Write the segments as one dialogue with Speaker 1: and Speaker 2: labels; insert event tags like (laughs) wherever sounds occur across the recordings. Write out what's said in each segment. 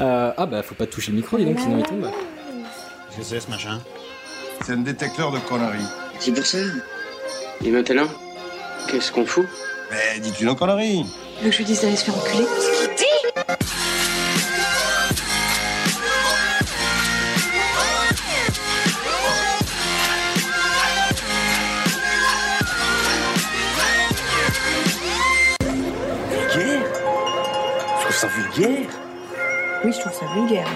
Speaker 1: Euh, ah bah faut pas toucher le micro, dis donc, sinon il tombe.
Speaker 2: Qu'est-ce que c'est ce machin
Speaker 3: C'est un détecteur de conneries.
Speaker 4: C'est pour ça. Et maintenant Qu'est-ce qu'on fout
Speaker 3: Mais dis-tu nos conneries
Speaker 5: Le je lui dis d'aller se faire enculer.
Speaker 6: Vulgaire Je trouve ça vulgaire
Speaker 5: Oui, je trouve ça vulgaire.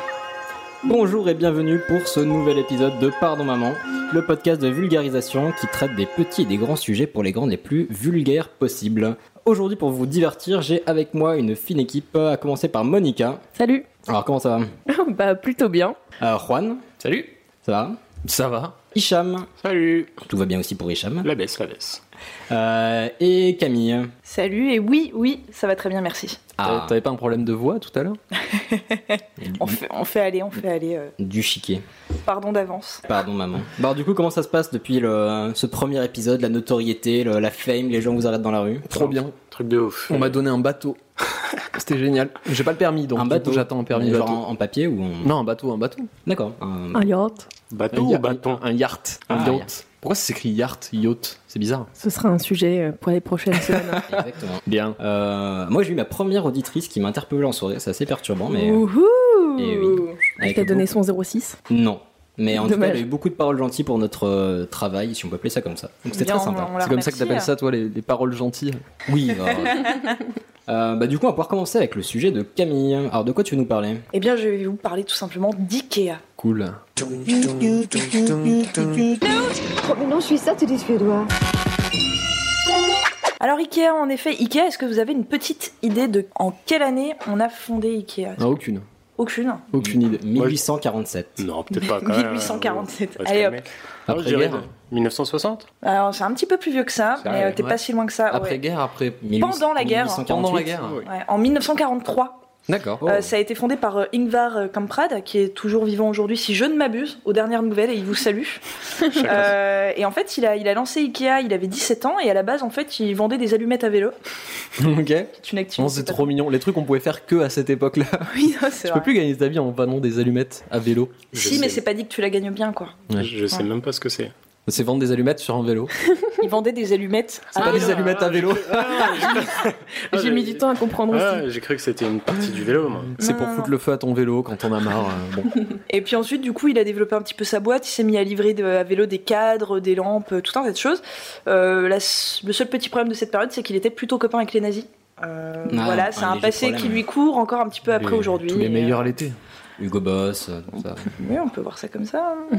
Speaker 1: Bonjour et bienvenue pour ce nouvel épisode de Pardon Maman, le podcast de vulgarisation qui traite des petits et des grands sujets pour les grands les plus vulgaires possibles. Aujourd'hui pour vous divertir, j'ai avec moi une fine équipe, à commencer par Monica.
Speaker 7: Salut
Speaker 1: Alors comment ça va
Speaker 7: (laughs) Bah plutôt bien.
Speaker 1: Euh, Juan,
Speaker 8: Salut
Speaker 1: ça va
Speaker 8: Ça va
Speaker 1: Hicham,
Speaker 8: Salut
Speaker 1: tout va bien aussi pour Hicham.
Speaker 8: La baisse, la baisse.
Speaker 1: Euh, et Camille.
Speaker 7: Salut et oui, oui, ça va très bien, merci.
Speaker 1: Ah,
Speaker 8: T'avais pas un problème de voix tout à l'heure
Speaker 7: On fait, on fait aller, on fait aller. euh,
Speaker 1: du chiquet.
Speaker 7: pardon d'avance.
Speaker 1: Pardon maman. Bah alors, du coup comment ça se passe depuis le, ce premier épisode, la notoriété, le- la fame, les gens vous arrêtent dans la rue
Speaker 6: Trop bien.
Speaker 8: Truc de ouf.
Speaker 6: On m'a donné un bateau. (laughs) C'était génial. J'ai pas le permis donc
Speaker 1: Un
Speaker 6: du
Speaker 1: bateau
Speaker 6: coup, j'attends un permis
Speaker 1: Genre
Speaker 6: bateau.
Speaker 1: en, en papier ou en...
Speaker 6: Non, un bateau, un bateau.
Speaker 1: D'accord. Euh, un-
Speaker 7: Un yacht.
Speaker 6: un,
Speaker 8: Bateau
Speaker 6: ya-
Speaker 8: ou bâton
Speaker 6: un yacht. Un
Speaker 1: Ah,
Speaker 6: yacht.
Speaker 1: yacht.
Speaker 6: Pourquoi ça s'écrit yacht, yacht C'est bizarre.
Speaker 7: Ce sera un sujet euh, pour les prochaines semaines.
Speaker 1: Exactement.
Speaker 6: Bien.
Speaker 1: Euh, moi j'ai eu ma première auditrice qui m'a interpellé en soirée, c'est assez perturbant mais...
Speaker 7: Wouhou
Speaker 1: Eh oui.
Speaker 7: Elle
Speaker 1: avec
Speaker 7: t'a donné
Speaker 1: beaucoup-
Speaker 7: son 06
Speaker 1: Non. Mais en tout cas
Speaker 7: Dommage.
Speaker 1: elle a eu beaucoup de paroles gentilles pour notre euh, travail, si on peut appeler ça comme ça. Donc c'était
Speaker 7: Bien,
Speaker 1: très
Speaker 7: on-
Speaker 1: sympa.
Speaker 7: on la
Speaker 6: C'est comme ça que
Speaker 7: remercie.
Speaker 6: t'appelles ça, toi, les, les paroles gentilles.
Speaker 1: Oui. alors,
Speaker 7: (laughs)
Speaker 1: euh, bah du coup on va pouvoir commencer avec le sujet de Camille. Alors de quoi tu veux nous parler
Speaker 7: Eh bien, je vais vous parler tout simplement d'IKEA.
Speaker 6: Cool.
Speaker 5: Oh, mais non, je suis ça, tu dis suédois.
Speaker 7: Alors, Ikea, en effet, Ikea, est-ce que vous avez une petite idée de en quelle année on a fondé Ikea
Speaker 6: Non, aucune.
Speaker 7: Aucune.
Speaker 6: Aucune idée.
Speaker 1: 1847.
Speaker 8: Non, peut-être pas quand même. euh,
Speaker 7: 1847.
Speaker 8: On va se
Speaker 7: Allez hop.
Speaker 8: calmer. Ah
Speaker 6: Après
Speaker 8: Non, je dirais
Speaker 6: guerre.
Speaker 8: 1960
Speaker 7: Alors, c'est un petit peu plus vieux que ça,
Speaker 8: C'est
Speaker 7: mais euh,
Speaker 8: vrai,
Speaker 7: t'es
Speaker 6: ouais.
Speaker 7: pas si loin que ça.
Speaker 6: Après
Speaker 7: ouais.
Speaker 6: guerre, après.
Speaker 1: 1800-
Speaker 7: Pendant la guerre.
Speaker 1: 1848.
Speaker 6: Pendant la guerre.
Speaker 7: Ouais, en 1943.
Speaker 6: D'accord.
Speaker 7: Euh, ça a été fondé par euh, Ingvar euh, Kamprad, qui est toujours vivant aujourd'hui, si je ne m'abuse, aux dernières nouvelles, et il vous salue. Euh, et en fait, il a, il a lancé Ikea, il avait 17 ans, et à la base, en fait, il vendait des allumettes à vélo.
Speaker 6: (laughs) ok.
Speaker 7: C'est une activité.
Speaker 6: Non, c'est trop mignon. Les trucs qu'on pouvait faire que à cette époque-là.
Speaker 7: (laughs) Oui, non, c'est
Speaker 6: Je
Speaker 7: vrai.
Speaker 6: peux plus gagner ta vie en vendant des allumettes à vélo.
Speaker 7: Si, mais c'est pas dit que tu la gagnes bien, quoi.
Speaker 6: Ouais.
Speaker 8: Je sais même pas ce que c'est.
Speaker 6: C'est vendre des allumettes sur un vélo.
Speaker 7: Il vendait des allumettes.
Speaker 6: C'est pas
Speaker 7: vélo.
Speaker 6: des allumettes à vélo.
Speaker 8: (laughs)
Speaker 7: J'ai mis du temps à comprendre aussi.
Speaker 8: Ah, j'ai cru que c'était une partie du vélo, moi.
Speaker 6: C'est
Speaker 7: Non,
Speaker 6: pour
Speaker 7: non,
Speaker 6: foutre
Speaker 7: non.
Speaker 6: le feu à ton vélo quand on a marre. euh, bon.
Speaker 7: Et puis ensuite, du coup, il a développé un petit peu sa boîte. Il s'est mis à livrer de- à vélo des cadres, des lampes, tout un tas de choses. Euh, la s- le seul petit problème de cette période, c'est qu'il était plutôt copain avec les nazis. Euh,
Speaker 1: Ah,
Speaker 7: voilà,
Speaker 1: un
Speaker 7: c'est un
Speaker 1: léger
Speaker 7: passé
Speaker 1: problème.
Speaker 7: qui lui court encore un petit peu après
Speaker 6: Les-
Speaker 7: aujourd'hui. euh,
Speaker 6: Tous les
Speaker 7: Et,
Speaker 6: meilleurs l'été.
Speaker 1: Hugo Boss, euh, (laughs) tout ça.
Speaker 7: euh, oui, on peut voir ça comme ça. hein.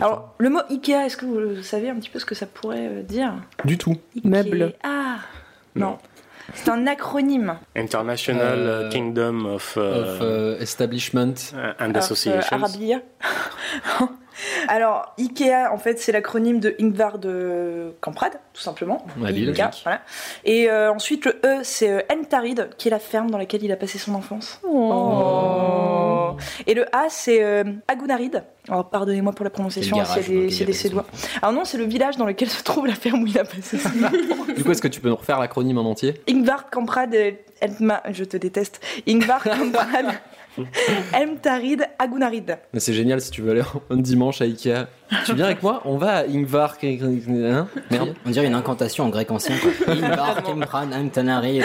Speaker 7: Alors, le mot Ikea, est-ce que vous savez un petit peu ce que ça pourrait euh, dire
Speaker 6: Du tout.
Speaker 7: Ikea.
Speaker 9: Meuble.
Speaker 7: Ah
Speaker 8: Non.
Speaker 7: Non. C'est un acronyme.
Speaker 8: International
Speaker 6: Euh,
Speaker 8: Kingdom of,
Speaker 6: Of,
Speaker 8: euh,
Speaker 6: euh, establishment.
Speaker 8: and
Speaker 7: Alors, euh,
Speaker 8: Associations.
Speaker 7: Arabia. (laughs) Alors, Ikea, en fait, c'est l'acronyme de Ingvar de Kamprad, tout simplement.
Speaker 6: Ouais,
Speaker 7: Ikea,
Speaker 6: logique.
Speaker 7: voilà. Et euh, ensuite, le E, c'est euh, Entarid, qui est la ferme dans laquelle il a passé son enfance. Oh. Et le A, c'est euh, Agunarid. Alors, pardonnez-moi pour la prononciation,
Speaker 1: C'est le
Speaker 7: s'il y a
Speaker 1: garage dans
Speaker 7: des-
Speaker 1: lequel
Speaker 7: s'il y
Speaker 1: il
Speaker 7: a
Speaker 1: a
Speaker 7: des
Speaker 1: passé son
Speaker 7: Suédois. Alors non, c'est le village dans lequel se trouve la ferme où il a passé son enfance.
Speaker 6: Du coup, est-ce que tu peux nous refaire l'acronyme en entier
Speaker 7: Ingvar Kamprad, euh, Elma- je te déteste. Ingvar Kamprad, Elmtarid, Agunarid.
Speaker 6: Mais c'est génial si tu veux aller un dimanche à Ikea. Tu viens avec moi On va à Ingvar. hein Merde.
Speaker 1: On dirait une incantation en grec ancien. quoi. (laughs) Ingvar Kempran Amtanari.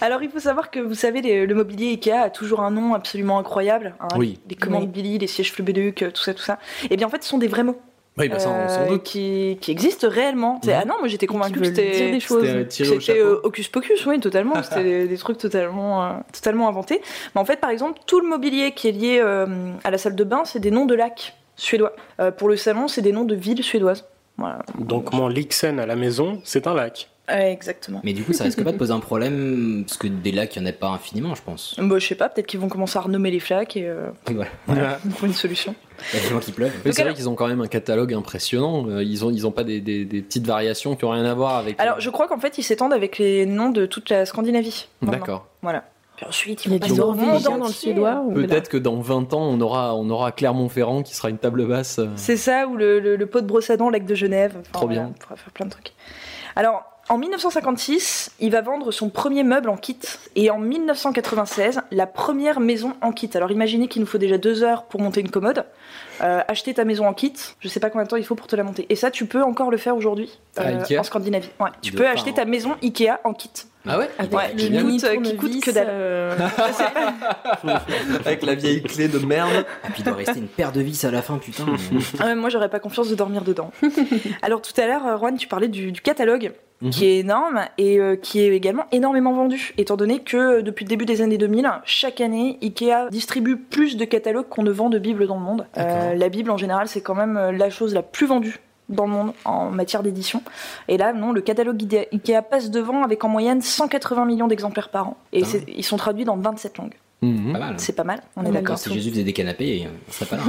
Speaker 7: Alors, il faut savoir que vous savez, les- le mobilier Ikea a toujours un nom absolument incroyable. hein.
Speaker 6: Oui.
Speaker 7: Les commandes
Speaker 9: Oui.
Speaker 7: Billy, les sièges Flubeluc, euh, tout ça, tout ça. Et bien, en fait, ce sont des vrais mots
Speaker 6: Oui, bah ça, on s'en
Speaker 7: euh,
Speaker 6: doute.
Speaker 7: qui, qui existent réellement. C'est- Ah non, moi j'étais
Speaker 9: Qui
Speaker 7: convaincue que
Speaker 9: veulent dire
Speaker 7: c'était.
Speaker 9: des choses.
Speaker 6: Mhm. C'était, euh, tiré
Speaker 7: que
Speaker 6: au
Speaker 7: C'était
Speaker 6: chapeau.
Speaker 7: euh, Hocus Pocus,
Speaker 6: (laughs)
Speaker 7: oui, totalement. C'était des, des trucs totalement, euh, totalement inventés. Mais en fait, par exemple, tout le mobilier qui est lié euh, à la salle de bain, c'est des noms de lacs suédois. Euh, pour le salon, c'est des noms de villes suédoises. Voilà.
Speaker 8: Donc, mon Lixen à la maison, c'est un lac.
Speaker 7: Ouais, exactement.
Speaker 1: Mais du coup, ça risque pas de poser un problème, parce que des lacs, il n'y en a pas infiniment, je pense.
Speaker 7: Bah, je sais pas, peut-être qu'ils vont commencer à renommer les flaques et euh, (laughs)
Speaker 1: Et Voilà.
Speaker 7: trouver une solution.
Speaker 1: Il y a des gens qui pleuvent.
Speaker 6: Mais c'est vrai qu'ils ont quand même un catalogue impressionnant. Euh, Ils ont, ils ont pas des, des- des petites variations qui ont rien à voir avec. euh,
Speaker 7: Alors, je crois qu'en fait, ils s'étendent avec les noms de toute la Scandinavie. maintenant.
Speaker 6: D'accord.
Speaker 7: Voilà. Puis ensuite,
Speaker 9: Il y a du
Speaker 7: passer au
Speaker 9: norvégien
Speaker 7: monde
Speaker 9: dans le
Speaker 7: entier.
Speaker 9: suédois. ou-
Speaker 6: Peut-être que dans 20 ans, on aura, on aura Clermont-Ferrand qui sera une table basse. euh,
Speaker 7: C'est ça, ou le, le- le pot de brosse à dents, lac de Genève. Enfin,
Speaker 6: Trop bien.
Speaker 7: voilà, on pourra faire plein de trucs. Alors, En 1956, il va vendre son premier meuble en kit. Et en 1996, la première maison en kit. Alors imaginez qu'il nous faut déjà deux heures pour monter une commode. Euh, acheter ta maison en kit, je sais pas combien de temps il faut pour te la monter. Et ça, tu peux encore le faire aujourd'hui euh,
Speaker 6: À Ikea
Speaker 7: en Scandinavie. Ouais. Tu
Speaker 1: De
Speaker 7: peux
Speaker 1: par
Speaker 7: acheter
Speaker 1: an.
Speaker 7: ta maison Ikea en kit.
Speaker 6: Ah ouais
Speaker 9: Avec
Speaker 7: Ouais,
Speaker 9: les
Speaker 7: qui
Speaker 9: mini
Speaker 7: coûte, euh, qui coûte
Speaker 9: tournevis,
Speaker 7: que dalle.
Speaker 9: euh,
Speaker 6: Avec la vieille clé de merde.
Speaker 1: Et puis il doit rester une paire de vis à la fin, (laughs) putain. mais-
Speaker 7: Ah ouais, moi, j'aurais pas confiance de dormir dedans. Alors, tout à l'heure, euh, Juan, tu parlais du, du catalogue, qui est énorme et euh, qui est également énormément vendu, étant donné que euh, depuis le début des années 2000, chaque année, Ikea distribue plus de catalogues qu'on ne vend de Bibles dans le monde. Euh, la Bible, en général, c'est quand même euh, la chose la plus vendue dans le monde en matière d'édition. Et là, non, le catalogue Ide- Ikea passe devant avec en moyenne 180 millions d'exemplaires par an. Et c'est- ils sont traduits dans 27 langues.
Speaker 6: Mhm.
Speaker 1: Pas mal.
Speaker 7: C'est pas mal, on est
Speaker 9: Oui.
Speaker 7: d'accord.
Speaker 1: Si Jésus faisait des canapés, euh, on serait pas (laughs) là.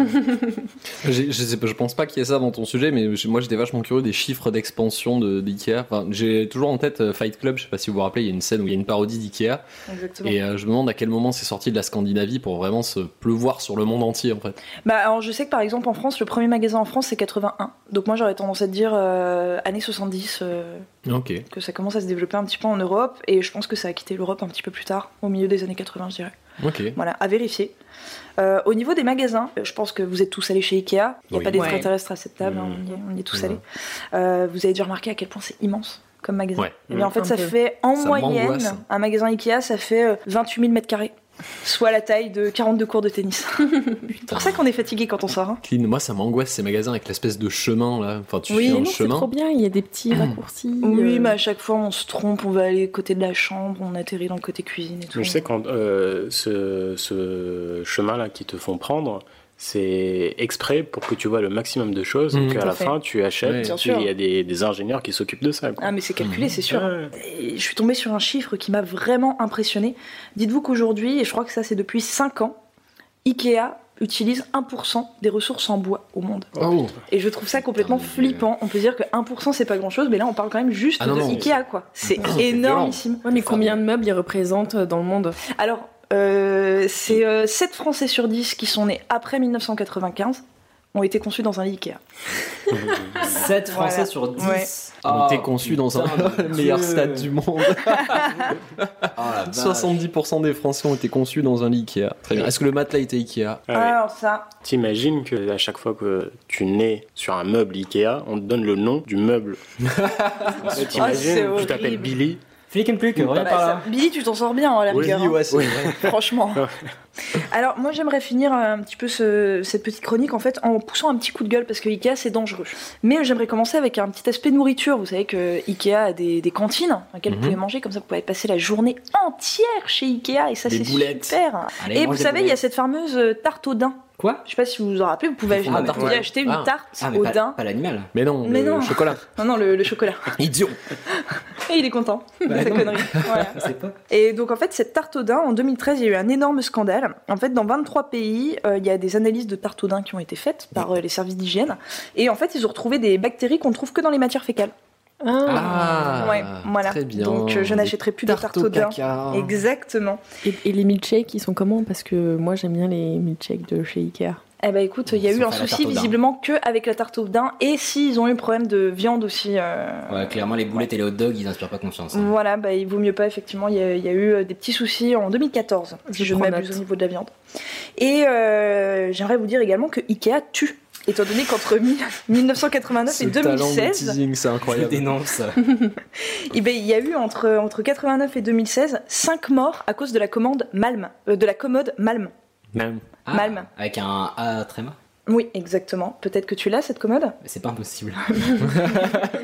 Speaker 6: J'ai- Je, sais pas, je pense pas qu'il y ait ça dans ton sujet, mais je- moi j'étais vachement curieux des chiffres d'expansion de- d'IKEA. Enfin, J'ai toujours en tête euh, Fight Club, je sais pas si vous vous rappelez, il y a une scène où il y a une parodie d'IKEA.
Speaker 7: Exactement.
Speaker 6: Et euh, je me demande à quel moment c'est sorti de la Scandinavie pour vraiment se pleuvoir sur le monde entier en fait.
Speaker 7: Bah alors je sais que par exemple en France, le premier magasin en France c'est 81. Donc moi j'aurais tendance à te dire euh, années 70 euh,
Speaker 6: Ok.
Speaker 7: que ça commence à se développer un petit peu en Europe et je pense que ça a quitté l'Europe un petit peu plus tard, au milieu des années 80 je dirais.
Speaker 6: Ok.
Speaker 7: Voilà, à vérifier. Euh, au niveau des magasins, euh, je pense que vous êtes tous allés chez Ikea. Il n'y a
Speaker 8: Oui.
Speaker 7: pas des
Speaker 9: Ouais.
Speaker 7: extraterrestres à cette table, hein, on, y est, on y est tous allés. Euh, vous avez dû remarquer à quel point c'est immense comme magasin.
Speaker 6: Ouais.
Speaker 7: Et bien, en fait
Speaker 9: Un
Speaker 7: ça
Speaker 9: peu.
Speaker 7: fait en
Speaker 6: Ça m'angoisse.
Speaker 7: moyenne, un magasin Ikea ça fait euh, 28 000 mètres carrés. Soit la taille de 42 cours de tennis. c'est pour ça qu'on est fatigué quand on sort. hein.
Speaker 6: Clean. Moi ça m'angoisse ces magasins avec l'espèce de chemin là. Enfin tu
Speaker 9: Oui,
Speaker 6: fais un
Speaker 9: non, c'est
Speaker 6: chemin.
Speaker 9: trop bien, il y a des petits raccourcis.
Speaker 7: Oui,
Speaker 9: euh,
Speaker 7: mais à chaque fois on se trompe, on va aller côté de la chambre, on atterrit dans le côté cuisine et tout.
Speaker 8: Mais je sais quand euh, ce, ce chemin-là qu'ils te font prendre, c'est exprès pour que tu vois le maximum de
Speaker 7: Mm.
Speaker 8: choses
Speaker 6: Mhm.
Speaker 8: et qu'à la
Speaker 9: fait.
Speaker 8: fin tu
Speaker 6: Ouais.
Speaker 8: achètes.
Speaker 7: Bien
Speaker 8: et
Speaker 7: sûr.
Speaker 8: Il y a des, des ingénieurs qui s'occupent de ça. quoi.
Speaker 7: Ah mais c'est calculé, c'est sûr.
Speaker 8: Ouais.
Speaker 7: Et je suis tombée sur un chiffre qui m'a vraiment impressionnée. Dites-vous qu'aujourd'hui, et je crois que ça c'est depuis 5 ans, Ikea utilise 1% des ressources en bois au monde.
Speaker 6: Oh.
Speaker 7: Et je trouve ça complètement
Speaker 1: Putain, mais-
Speaker 7: flippant. On peut dire que 1% c'est pas grand-chose, mais là on parle quand même juste
Speaker 6: Ah non,
Speaker 7: de
Speaker 6: non, mais
Speaker 7: Ikea quoi. C'est
Speaker 6: Ah, c'est
Speaker 7: énormissime.
Speaker 9: Ouais, mais combien de meubles ils représentent euh, dans le monde
Speaker 7: Alors, euh, c'est euh, 7 Français sur 10 qui sont nés après 1995 ont été conçus dans un lit Ikea.
Speaker 1: 7 Français
Speaker 7: Voilà.
Speaker 1: sur 10.
Speaker 7: Ouais.
Speaker 6: On
Speaker 1: Ah,
Speaker 6: était conçu dans
Speaker 1: (laughs)
Speaker 6: un
Speaker 1: putain,
Speaker 6: le (laughs) meilleur
Speaker 1: Dieu.
Speaker 6: stade du monde.
Speaker 1: Ah, la vache.
Speaker 6: 70% des Français ont été conçus dans un lit Ikea. Très bien. Est-ce que le matelas était Ikea
Speaker 8: Ah oui.
Speaker 7: Alors ça,
Speaker 8: T'imagines que à chaque fois que tu nais sur un meuble Ikea, on te donne le nom du
Speaker 7: (laughs)
Speaker 8: meuble. Et
Speaker 7: c'est
Speaker 8: T'imagines, tu
Speaker 7: horrible.
Speaker 8: t'appelles Billy.
Speaker 1: Flick and Pluck, reviens
Speaker 7: bah,
Speaker 1: par
Speaker 7: ça-
Speaker 1: là.
Speaker 7: Billy, tu t'en sors bien à la
Speaker 6: Oui,
Speaker 7: rigueur, hein.
Speaker 6: ouais, c'est vrai.
Speaker 1: (laughs)
Speaker 7: franchement. Alors moi j'aimerais finir euh, un petit peu ce- cette petite chronique en fait en poussant un petit coup de gueule parce que Ikea c'est dangereux. Mais euh, j'aimerais commencer avec un petit aspect nourriture. Vous savez que euh, Ikea a des, des cantines dans lesquelles
Speaker 6: Mhm.
Speaker 7: vous pouvez manger comme ça vous pouvez passer la journée entière chez Ikea et ça
Speaker 1: Des
Speaker 7: c'est
Speaker 1: boulettes.
Speaker 7: super.
Speaker 1: Allez,
Speaker 7: Et vous
Speaker 1: mange des
Speaker 7: savez il y a
Speaker 1: boulettes.
Speaker 7: cette fameuse euh, tarte au daim.
Speaker 1: Quoi
Speaker 7: Je sais pas si vous vous en rappelez, vous pouvez
Speaker 1: Ils font la
Speaker 7: vous
Speaker 1: tarte
Speaker 7: pouviez
Speaker 1: au daim.
Speaker 7: acheter une
Speaker 6: Ah.
Speaker 7: tarte
Speaker 1: Ah, mais
Speaker 7: au
Speaker 1: pas,
Speaker 7: daim.
Speaker 1: pas l'animal.
Speaker 6: Mais non,
Speaker 7: Mais
Speaker 6: le
Speaker 7: non.
Speaker 6: chocolat.
Speaker 7: Non non le,
Speaker 1: (laughs)
Speaker 7: le chocolat.
Speaker 6: Idiot.
Speaker 7: Et il est content (laughs) de
Speaker 1: Bah
Speaker 7: sa
Speaker 1: non.
Speaker 7: connerie. Voilà.
Speaker 1: C'est pas.
Speaker 7: Et donc en fait, cette tarte au daim, en 2013, il y a eu un énorme scandale. En fait, dans 23 pays, euh, il y a des analyses de tarte au daim qui ont été faites par euh, les services d'hygiène. Et en fait, ils ont retrouvé des bactéries qu'on trouve que dans les matières fécales.
Speaker 6: Ah.
Speaker 7: ouais, voilà.
Speaker 6: Très bien.
Speaker 7: Donc euh, je n'achèterai plus de tarte au daim.
Speaker 6: caca. hein.
Speaker 7: Exactement.
Speaker 9: et, et les milkshakes, ils sont comment Parce que moi, j'aime bien les milkshakes de chez Ikea.
Speaker 7: Eh ben écoute, il y a
Speaker 1: Ils
Speaker 7: eu
Speaker 1: ont
Speaker 7: un
Speaker 1: fait la
Speaker 7: souci
Speaker 1: tarte au daim.
Speaker 7: visiblement que avec la tarte au daim. Et s'ils ont eu problème de viande aussi. euh,
Speaker 1: Ouais, clairement, les boulettes et les hot dogs, ils inspirent pas confiance. hein.
Speaker 7: Voilà, bah, il vaut mieux pas, effectivement. Il y, a, il y a eu euh, des petits soucis en 2014, si
Speaker 9: Je
Speaker 7: je ne
Speaker 9: prends
Speaker 7: m'abuse
Speaker 9: note.
Speaker 7: au niveau de la viande. Et euh, j'aimerais vous dire également que Ikea tue, étant donné qu'entre (laughs) mi- 1989
Speaker 6: Ce
Speaker 7: et
Speaker 6: talent de
Speaker 7: 2016,
Speaker 6: teasing, c'est
Speaker 1: Je
Speaker 6: incroyable.
Speaker 1: dénonce.
Speaker 7: eh ben, il y a eu entre, entre 89 et 2016 5 morts à cause de la, commande Malm, euh, de la commode Malm.
Speaker 6: Même.
Speaker 1: Ah,
Speaker 7: Malm.
Speaker 1: Avec un A tréma.
Speaker 7: Oui, exactement. Peut-être que tu l'as, cette commode
Speaker 1: Mais C'est pas impossible.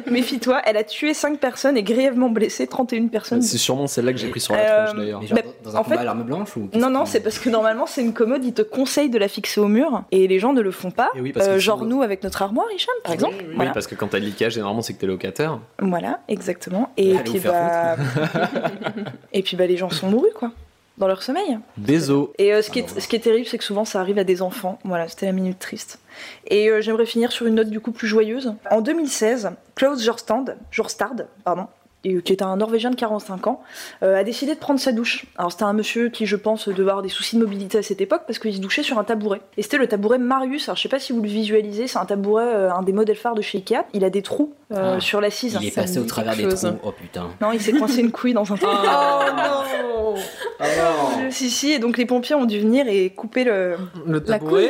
Speaker 7: Méfie-toi, elle a tué 5 personnes et grièvement blessé 31 personnes.
Speaker 6: Bah, C'est sûrement celle-là que j'ai pris sur la
Speaker 7: Euh,
Speaker 6: tronche d'ailleurs.
Speaker 1: Mais genre,
Speaker 7: Bah,
Speaker 1: dans un
Speaker 7: en
Speaker 1: combat
Speaker 7: fait-
Speaker 1: à l'arme blanche ou qu'est-ce
Speaker 7: Non, non,
Speaker 1: que-
Speaker 7: c'est parce que normalement, c'est une commode, ils te conseillent de la fixer au mur, et les gens ne le font pas.
Speaker 6: Eh oui, parce
Speaker 7: Euh,
Speaker 6: que-
Speaker 7: genre nous, avec notre armoire, Hicham, par exemple.
Speaker 6: Oui,
Speaker 7: Voilà.
Speaker 6: parce que quand t'as le liquage, généralement c'est que t'es locataire.
Speaker 7: Voilà, exactement. Et
Speaker 1: Allez
Speaker 7: puis,
Speaker 1: vous faire
Speaker 7: bah... (laughs) et puis, bah, les gens sont mourus, quoi, dans leur sommeil.
Speaker 6: Désolé.
Speaker 7: Et euh, ce, qui
Speaker 1: Ah, non.
Speaker 7: est, ce qui est terrible, c'est que souvent, ça arrive à des enfants. Voilà, c'était la minute triste. Et euh, j'aimerais finir sur une note, du coup, plus joyeuse. En 2016, Klaus Jorstad, Jorstad pardon, et- qui était un Norvégien de 45 ans, euh, a décidé de prendre sa douche. Alors c'était un monsieur qui, je pense, devait avoir des soucis de mobilité à cette époque parce qu'il se douchait sur un tabouret. Et c'était le tabouret Marius. Alors je sais pas si vous le visualisez, c'est un tabouret, euh, un des modèles phares de chez Ikea. Il a des trous euh,
Speaker 1: Ah.
Speaker 7: sur l'assise.
Speaker 1: Il est
Speaker 9: ça
Speaker 1: passé
Speaker 9: me
Speaker 1: au
Speaker 9: dit
Speaker 1: travers des
Speaker 9: quelque chose.
Speaker 1: trous. Oh putain.
Speaker 7: Non, il s'est coincé une couille dans un trou.
Speaker 1: Oh non
Speaker 7: Si, si, et donc les pompiers ont dû venir et couper le.
Speaker 6: Le
Speaker 9: La tabouret.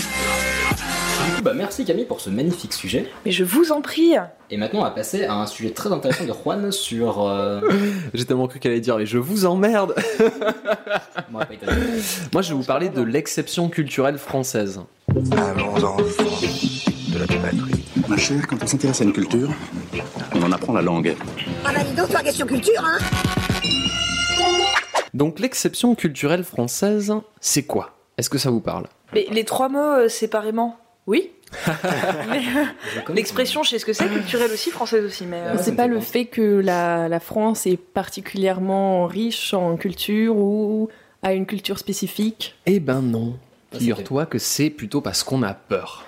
Speaker 1: Du coup, bah, merci Camille pour ce magnifique sujet.
Speaker 7: Mais je vous en prie
Speaker 1: Et maintenant, on va passer à un sujet très intéressant de Juan sur. euh, (laughs)
Speaker 6: J'ai tellement cru qu'elle allait dire, mais je vous emmerde.
Speaker 1: moi, pas italien.
Speaker 6: Moi, je vais vous parler de l'exception culturelle française.
Speaker 3: Allons enfants de la patrie.
Speaker 2: Ma chère, quand on s'intéresse à une culture, on en apprend la langue.
Speaker 5: Ah bah dis donc, toi, question culture, hein
Speaker 6: Donc, l'exception culturelle française, c'est quoi Est-ce que ça vous parle
Speaker 7: Mais les trois mots euh, séparément, oui. Mais, euh,
Speaker 1: Je connais
Speaker 7: L'expression, je sais ce que c'est, culturelle aussi, française aussi, mais. euh,
Speaker 1: Ouais, ça
Speaker 9: C'est
Speaker 1: me
Speaker 9: pas
Speaker 1: fait
Speaker 9: le
Speaker 1: penser.
Speaker 9: fait que la, la France est particulièrement riche en culture ou a une culture spécifique.
Speaker 6: Eh ben non.
Speaker 1: Ah,
Speaker 6: Figure-toi que c'est plutôt parce qu'on a peur.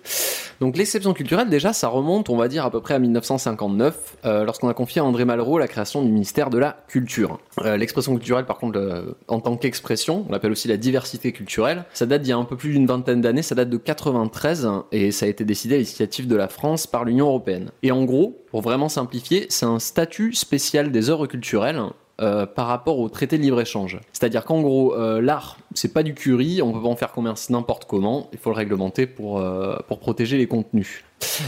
Speaker 6: Donc l'exception culturelle, déjà, ça remonte, on va dire, à peu près à 1959, euh, lorsqu'on a confié à André Malraux la création du ministère de la Culture. Euh, L'expression culturelle, par contre, euh, en tant qu'expression, on l'appelle aussi la diversité culturelle, ça date d'il y a un peu plus d'une vingtaine d'années, ça date de 93, hein, et ça a été décidé à l'initiative de la France par l'Union Européenne. Et en gros, pour vraiment simplifier, c'est un statut spécial des œuvres culturelles euh, par rapport au traité de libre-échange. C'est-à-dire qu'en gros, euh, l'art, c'est pas du curie, on peut pas en faire commerce n'importe comment, il faut le réglementer pour, euh, pour protéger les contenus.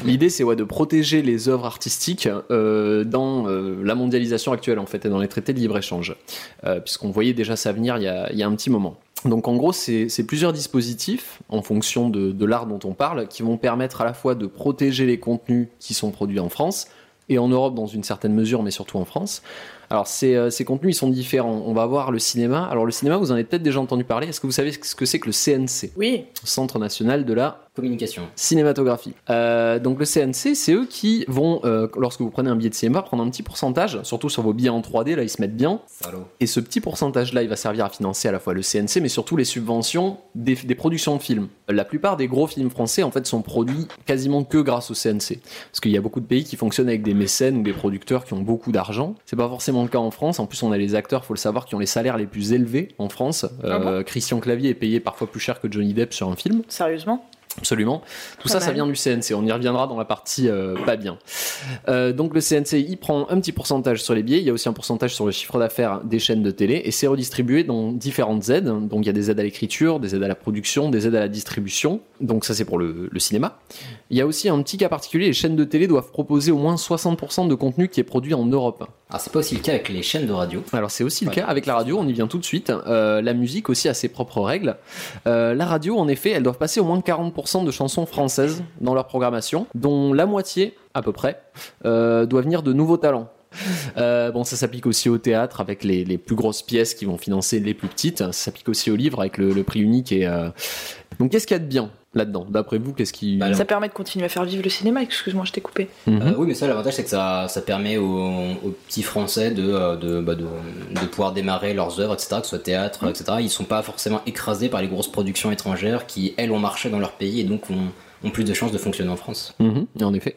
Speaker 6: L'idée, c'est ouais, de protéger les œuvres artistiques euh, dans euh, la mondialisation actuelle, en fait, et dans les traités de libre-échange, euh, puisqu'on voyait déjà ça venir il y a, il y a un petit moment. Donc en gros, c'est c'est plusieurs dispositifs, en fonction de, de l'art dont on parle, qui vont permettre à la fois de protéger les contenus qui sont produits en France, et en Europe dans une certaine mesure, mais surtout en France, alors ces, euh, ces contenus ils sont différents. On va voir le cinéma. Alors le cinéma, vous en avez peut-être déjà entendu parler. Est-ce que vous savez ce que c'est que le CNC
Speaker 7: Oui.
Speaker 6: Centre national de la
Speaker 1: Communication.
Speaker 6: cinématographie. Euh, donc le CNC, c'est eux qui vont, euh, lorsque vous prenez un billet de cinéma, prendre un petit pourcentage, surtout sur vos billets en 3D, là ils se mettent bien.
Speaker 1: Salaud.
Speaker 6: Et ce petit pourcentage-là, il va servir à financer à la fois le CNC, mais surtout les subventions des, des productions de films. La plupart des gros films français, en fait, sont produits quasiment que grâce au CNC. Parce qu'il y a beaucoup de pays qui fonctionnent avec des mécènes ou des producteurs qui ont beaucoup d'argent. C'est pas forcément le cas en France. En plus, on a les acteurs, faut le savoir, qui ont les salaires les plus élevés en France. Euh, Christian Clavier est payé parfois plus cher que Johnny Depp sur un film.
Speaker 7: Sérieusement
Speaker 6: Absolument. Tout
Speaker 9: Pas
Speaker 6: ça, ça
Speaker 9: mal.
Speaker 6: vient du CNC. On y reviendra dans la partie euh, pas bien. Euh, donc le CNC, il prend un petit pourcentage sur les billets. Il y a aussi un pourcentage sur le chiffre d'affaires des chaînes de télé et c'est redistribué dans différentes aides. Donc il y a des aides à l'écriture, des aides à la production, des aides à la distribution. Donc ça, c'est pour le, le cinéma. Il y a aussi un petit cas particulier. Les chaînes de télé doivent proposer au moins 60% de contenu qui est produit en Europe.
Speaker 1: Alors, c'est pas aussi le cas avec les chaînes de radio.
Speaker 6: Alors c'est aussi
Speaker 1: Ouais.
Speaker 6: le cas avec la radio, on y vient tout de suite. Euh, la musique aussi a ses propres règles. Euh, la radio, en effet, elles doivent passer au moins 40% de chansons françaises dans leur programmation, dont la moitié, à peu près, euh, doit venir de nouveaux talents. Euh, bon, ça s'applique aussi au théâtre avec les, les plus grosses pièces qui vont financer les plus petites. Ça s'applique aussi au livre avec le, le prix unique. Et, euh, Donc qu'est-ce qu'il y a de bien là-dedans D'après vous, qu'est-ce qui...
Speaker 1: Bah, Alors.
Speaker 7: Ça permet de continuer à faire vivre le cinéma, excuse-moi, je t'ai coupé.
Speaker 6: Mhm.
Speaker 1: Euh, oui, mais ça, l'avantage, c'est que ça, ça permet aux, aux petits Français de, euh, de, bah, de, de pouvoir démarrer leurs œuvres, etc., que ce soit
Speaker 6: Mhm.
Speaker 1: théâtre, etc. Ils sont pas forcément écrasés par les grosses productions étrangères qui, elles, ont marché dans leur pays et donc ont, ont plus de chances de fonctionner en France.
Speaker 6: Mhm, et en effet.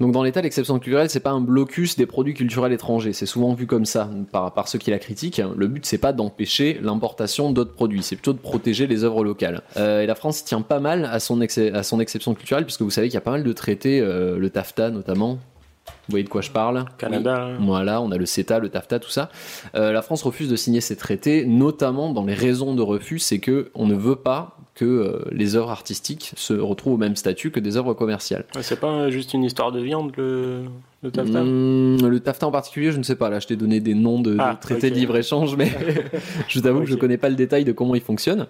Speaker 6: Donc dans l'État, l'exception culturelle, c'est pas un blocus des produits culturels étrangers. C'est souvent vu comme ça par, par ceux qui la critiquent. Le but, c'est pas d'empêcher l'importation d'autres produits. C'est plutôt de protéger les œuvres locales. Euh, et la France tient pas mal à son, excep- à son exception culturelle, puisque vous savez qu'il y a pas mal de traités, euh, le TAFTA notamment. Vous voyez de quoi je parle
Speaker 8: Canada. hein.
Speaker 6: voilà, on a le CETA, le TAFTA, tout ça. Euh, la France refuse de signer ces traités, notamment dans les raisons de refus, c'est que on ne veut pas que euh, les œuvres artistiques se retrouvent au même statut que des œuvres commerciales.
Speaker 8: Ouais, C'est pas juste une histoire de viande, le, le taffetas
Speaker 7: Mm.
Speaker 6: Mmh, le TAFTA en particulier, je ne sais pas. Là, je t'ai donné des noms de, de
Speaker 8: Ah,
Speaker 6: traités de
Speaker 8: ok. (laughs)
Speaker 6: libre-échange, mais (laughs) je t'avoue que je
Speaker 8: Ok.
Speaker 6: connais pas le détail de comment ils fonctionnent.